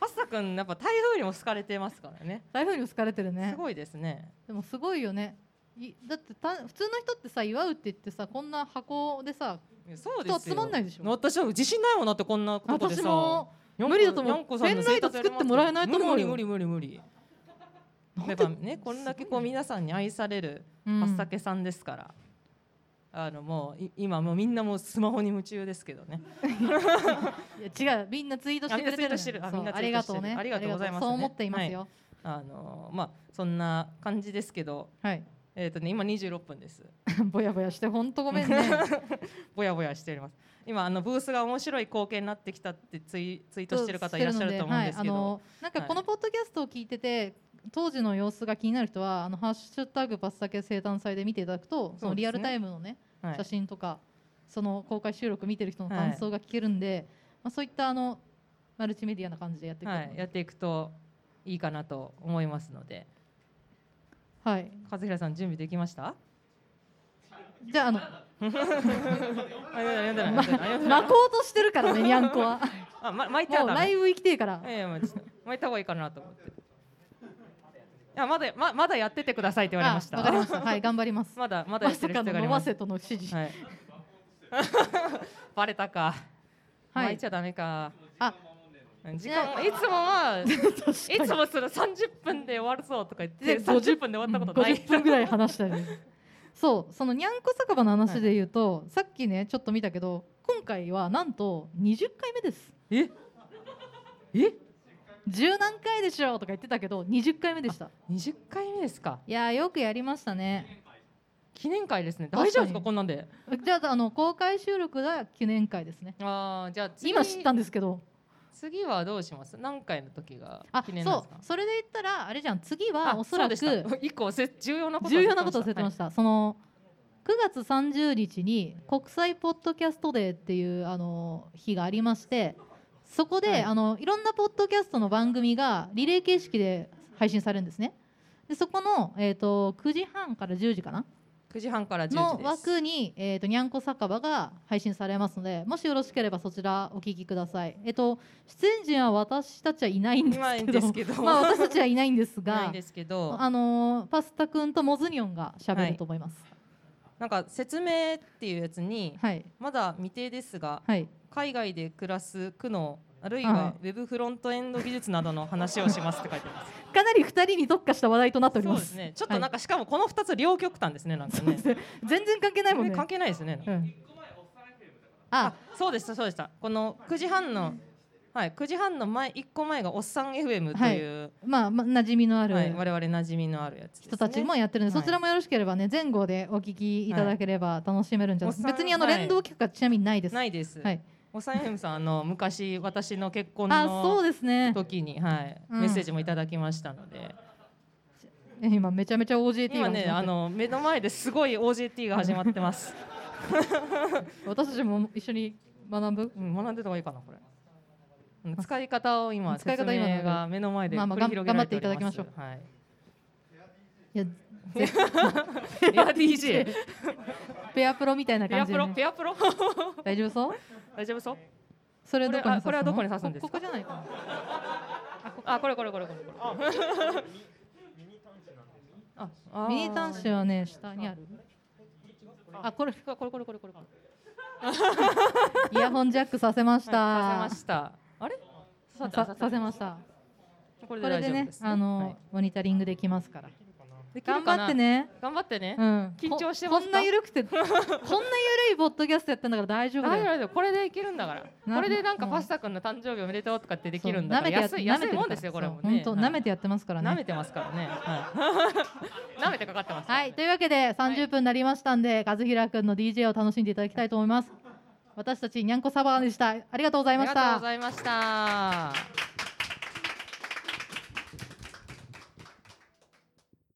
[SPEAKER 2] パスタ君やっぱ台風にも好かれてますからね。
[SPEAKER 1] 台風にも好かれてるね
[SPEAKER 2] すごいですね。
[SPEAKER 1] でもすごいよねいだってた普通の人ってさ祝うって言ってさこんな箱でさ
[SPEAKER 2] そうです
[SPEAKER 1] 人
[SPEAKER 2] よ。
[SPEAKER 1] 集まんないでしょ
[SPEAKER 2] 私は自信ないもんなってこんなとこで
[SPEAKER 1] 私
[SPEAKER 2] さ。
[SPEAKER 1] も
[SPEAKER 2] 四個
[SPEAKER 1] 無理だと思う
[SPEAKER 2] 四個さんの生活
[SPEAKER 1] ペンライト作ってもらえないと思うよ
[SPEAKER 2] 無理無理無理無理無理。やっぱねこんだけこう皆さんに愛される
[SPEAKER 1] うん
[SPEAKER 2] パスタケさんですから。あのもうい今もうみんなもうスマホに夢中ですけどね。
[SPEAKER 1] いや違うみんなツイートしてくれて
[SPEAKER 2] あみんなツイー
[SPEAKER 1] る
[SPEAKER 2] トしてるあ
[SPEAKER 1] そう
[SPEAKER 2] みんなツ
[SPEAKER 1] あ
[SPEAKER 2] イ
[SPEAKER 1] り
[SPEAKER 2] ート
[SPEAKER 1] が
[SPEAKER 2] してる
[SPEAKER 1] とうね
[SPEAKER 2] ありがとうございますね
[SPEAKER 1] ありがとそう思っていますよ
[SPEAKER 2] あのまあそんな感じですけど、
[SPEAKER 1] はい
[SPEAKER 2] えっ、とね今26分です。
[SPEAKER 1] ぼやぼやして本当ご め んね
[SPEAKER 2] ぼやぼやしております。今あのブースが面白い光景になってきたってツイツイートしてる方いらっしゃると思うんですけ
[SPEAKER 1] はい
[SPEAKER 2] ど、
[SPEAKER 1] あのなんかこのポッドキャストを聞いてて、当時の様子が気になる人は「あのハッシュタグバスタケ生誕祭」で見ていただくとそ
[SPEAKER 2] そうです
[SPEAKER 1] の
[SPEAKER 2] ね
[SPEAKER 1] リアルタイムのね
[SPEAKER 2] はい
[SPEAKER 1] 写真とかその公開収録見てる人の感想が聞けるんで、まあ、そういったあのマルチメディアな感じでやっていく
[SPEAKER 2] はい、やっていくといいかなと思いますので、
[SPEAKER 1] はい、
[SPEAKER 2] 和平さん準備できました？
[SPEAKER 1] じゃああの
[SPEAKER 2] あ、やだな、やだな、やだな
[SPEAKER 1] 巻こうとしてるからねにゃんこは
[SPEAKER 2] あ、ま、巻いては
[SPEAKER 1] もう
[SPEAKER 2] ダ
[SPEAKER 1] ラ
[SPEAKER 2] メ。
[SPEAKER 1] イブ行きてえから
[SPEAKER 2] いやいや、まあちょっと巻いた方がいいかなと思って。いや、まだ、ま、まだやっててくださいって言われまし
[SPEAKER 1] あわかりま
[SPEAKER 2] た。
[SPEAKER 1] したはい頑張りま す
[SPEAKER 2] まだ、まだ
[SPEAKER 1] ま
[SPEAKER 2] やって
[SPEAKER 1] さ
[SPEAKER 2] る
[SPEAKER 1] か
[SPEAKER 2] 人が
[SPEAKER 1] の
[SPEAKER 2] い
[SPEAKER 1] 伸
[SPEAKER 2] ま
[SPEAKER 1] ば
[SPEAKER 2] す
[SPEAKER 1] せ。との指示
[SPEAKER 2] はい。 バレたか。
[SPEAKER 1] は
[SPEAKER 2] 巻
[SPEAKER 1] い
[SPEAKER 2] いちゃダメか。
[SPEAKER 1] あ
[SPEAKER 2] 時間もいつも はいつもその三十分で終わるぞとか言って
[SPEAKER 1] で
[SPEAKER 2] 三十分で終わったことない。
[SPEAKER 1] うん50分ぐらい話した よねそうそのにゃんこ酒場の話で言うと、さっきねちょっと見たけど今回はなんと20回目です
[SPEAKER 2] え？え？
[SPEAKER 1] 十何回でしょとか言ってたけど20回目でした
[SPEAKER 2] 二十回目ですか。
[SPEAKER 1] いやーよくやりましたね
[SPEAKER 2] 記念会ですね。
[SPEAKER 1] 確かに
[SPEAKER 2] 大丈夫ですかこんなんで。
[SPEAKER 1] じゃああの公開収録が記念会ですね
[SPEAKER 2] ああじゃあ次
[SPEAKER 1] 今知ったんですけど
[SPEAKER 2] 次はどうします？何回の時が
[SPEAKER 1] あ
[SPEAKER 2] 記念なん
[SPEAKER 1] そ
[SPEAKER 2] で
[SPEAKER 1] う
[SPEAKER 2] すか？
[SPEAKER 1] それで言ったらあれじゃん次はおそらく
[SPEAKER 2] うでした一個せ重要なことを
[SPEAKER 1] 重要なことを忘れてま
[SPEAKER 2] し
[SPEAKER 1] した、その9月30日に国際ポッドキャストデーっていうあの日がありましてそこで、
[SPEAKER 2] はい
[SPEAKER 1] い、あのいろんなポッドキャストの番組がリレー形式で配信されるんですねでそこの、えー、と9時半から10時かな
[SPEAKER 2] た。9時半から10時です。
[SPEAKER 1] の枠に、えー、とにゃんこ酒場が配信されますのでもしよろしければそちらお聞きくださいえっ、と出演陣は私たちはいないんです
[SPEAKER 2] 今い
[SPEAKER 1] け
[SPEAKER 2] いん
[SPEAKER 1] ど
[SPEAKER 2] ですけど、
[SPEAKER 1] まあ私たちはいないんです が
[SPEAKER 2] ないんですけど、
[SPEAKER 1] あのーパスタくんとモズニョンが喋ると思います。
[SPEAKER 2] なんか説明っていうやつに
[SPEAKER 1] はい、
[SPEAKER 2] まだ未定ですが、
[SPEAKER 1] はい、
[SPEAKER 2] 海外で暮らす苦悩あるい
[SPEAKER 1] は
[SPEAKER 2] はウェブフロントエンド技術などの話をしますって書いて ます。
[SPEAKER 1] かなり二人に特化した話題となっており
[SPEAKER 2] そう
[SPEAKER 1] ま。
[SPEAKER 2] ですすね。ちょっとなんかしかもこの二つ両極端ですねなんかね。
[SPEAKER 1] 全然関係ないもんね。
[SPEAKER 2] 関係ないですね。
[SPEAKER 1] うんあ
[SPEAKER 2] あ、そうでしたそうでした。この9時半のはい9時半の前一個前がおっさん FM という、
[SPEAKER 1] まあ、まあ、馴染みのあ
[SPEAKER 2] はい
[SPEAKER 1] る
[SPEAKER 2] 我々馴染みのあるやつです、ね。
[SPEAKER 1] 人たちもやってるんで、
[SPEAKER 2] はい
[SPEAKER 1] そちらもよろしければね、前後でお聞きいただければ楽しめるんじゃないですか。
[SPEAKER 2] はい
[SPEAKER 1] 別にあ
[SPEAKER 2] お
[SPEAKER 1] の
[SPEAKER 2] っさん
[SPEAKER 1] 連動企画はちなみにないです。
[SPEAKER 2] ないです。
[SPEAKER 1] はい
[SPEAKER 2] おっさん FM さんあの昔私の結婚
[SPEAKER 1] あ、そう
[SPEAKER 2] の
[SPEAKER 1] ですね。
[SPEAKER 2] 時にはい、
[SPEAKER 1] うん
[SPEAKER 2] メッセージもいただきましたので。
[SPEAKER 1] え今めちゃめちゃ OJT が
[SPEAKER 2] 今ね
[SPEAKER 1] 始ま
[SPEAKER 2] あ
[SPEAKER 1] ってる
[SPEAKER 2] の目の前ですごい OJT が始まってます。
[SPEAKER 1] 私たちも一緒に学ぶ。
[SPEAKER 2] うん、学んでた方がいいかなこれ。うん使い方を今
[SPEAKER 1] 使い方今
[SPEAKER 2] 説明が目の前で
[SPEAKER 1] まあまあ
[SPEAKER 2] 繰り広げられております。
[SPEAKER 1] 頑張って
[SPEAKER 2] ましょう。はい。
[SPEAKER 1] いただきいや、
[SPEAKER 2] ペア DJ。
[SPEAKER 1] ペアプロみたいな
[SPEAKER 2] ペア
[SPEAKER 1] 感じ
[SPEAKER 2] プ
[SPEAKER 1] で、
[SPEAKER 2] ロ
[SPEAKER 1] ね。
[SPEAKER 2] ペアプロ。
[SPEAKER 1] 大丈夫そう？
[SPEAKER 2] 大丈夫そう？
[SPEAKER 1] それどこに
[SPEAKER 2] こ
[SPEAKER 1] 刺すの？
[SPEAKER 2] れあこれはどこに刺すんですか
[SPEAKER 1] こここじゃないかな。
[SPEAKER 2] あこれこれこれこれこれ。ああ
[SPEAKER 1] ミニ端子はね下にある。あこれ
[SPEAKER 2] これこれこれこれこれ。刺
[SPEAKER 1] イヤホンジャックさせまし
[SPEAKER 2] せ
[SPEAKER 1] た。
[SPEAKER 2] ました。あれ？刺さっ
[SPEAKER 1] さ
[SPEAKER 2] た
[SPEAKER 1] させました。
[SPEAKER 2] これ
[SPEAKER 1] こ
[SPEAKER 2] で
[SPEAKER 1] れ
[SPEAKER 2] 大
[SPEAKER 1] で
[SPEAKER 2] 丈夫
[SPEAKER 1] ね
[SPEAKER 2] です、
[SPEAKER 1] あの、
[SPEAKER 2] はい
[SPEAKER 1] モニタリングできますから。
[SPEAKER 2] できる
[SPEAKER 1] 頑
[SPEAKER 2] か
[SPEAKER 1] 張
[SPEAKER 2] な
[SPEAKER 1] って。ね。
[SPEAKER 2] 頑張ってね
[SPEAKER 1] う。ん。
[SPEAKER 2] 緊張して
[SPEAKER 1] こ
[SPEAKER 2] ますか
[SPEAKER 1] こんな緩くて、こ んな緩いポッドキャストやったんだから大丈夫だ
[SPEAKER 2] 大丈夫
[SPEAKER 1] よ。
[SPEAKER 2] 大丈夫これでいけるんだから
[SPEAKER 1] な
[SPEAKER 2] これでなんか
[SPEAKER 1] うん
[SPEAKER 2] パスタ君の誕生日おめでとうとかってで
[SPEAKER 1] で
[SPEAKER 2] きるんだから安い安いもんですよこれもね
[SPEAKER 1] 本当
[SPEAKER 2] はい
[SPEAKER 1] 舐めてやってますから
[SPEAKER 2] 舐
[SPEAKER 1] ね。
[SPEAKER 2] めてますからね。 はい、舐めてかかってます、
[SPEAKER 1] はい、というわけで30分になりましたんで、和平くんの DJ を楽しんでいただきたいと思います。私たちにゃんこサバーでした。ありがとうござ
[SPEAKER 2] あ
[SPEAKER 1] い
[SPEAKER 2] り
[SPEAKER 1] ま
[SPEAKER 2] が
[SPEAKER 1] し
[SPEAKER 2] とう
[SPEAKER 1] た
[SPEAKER 2] ご。ざいました。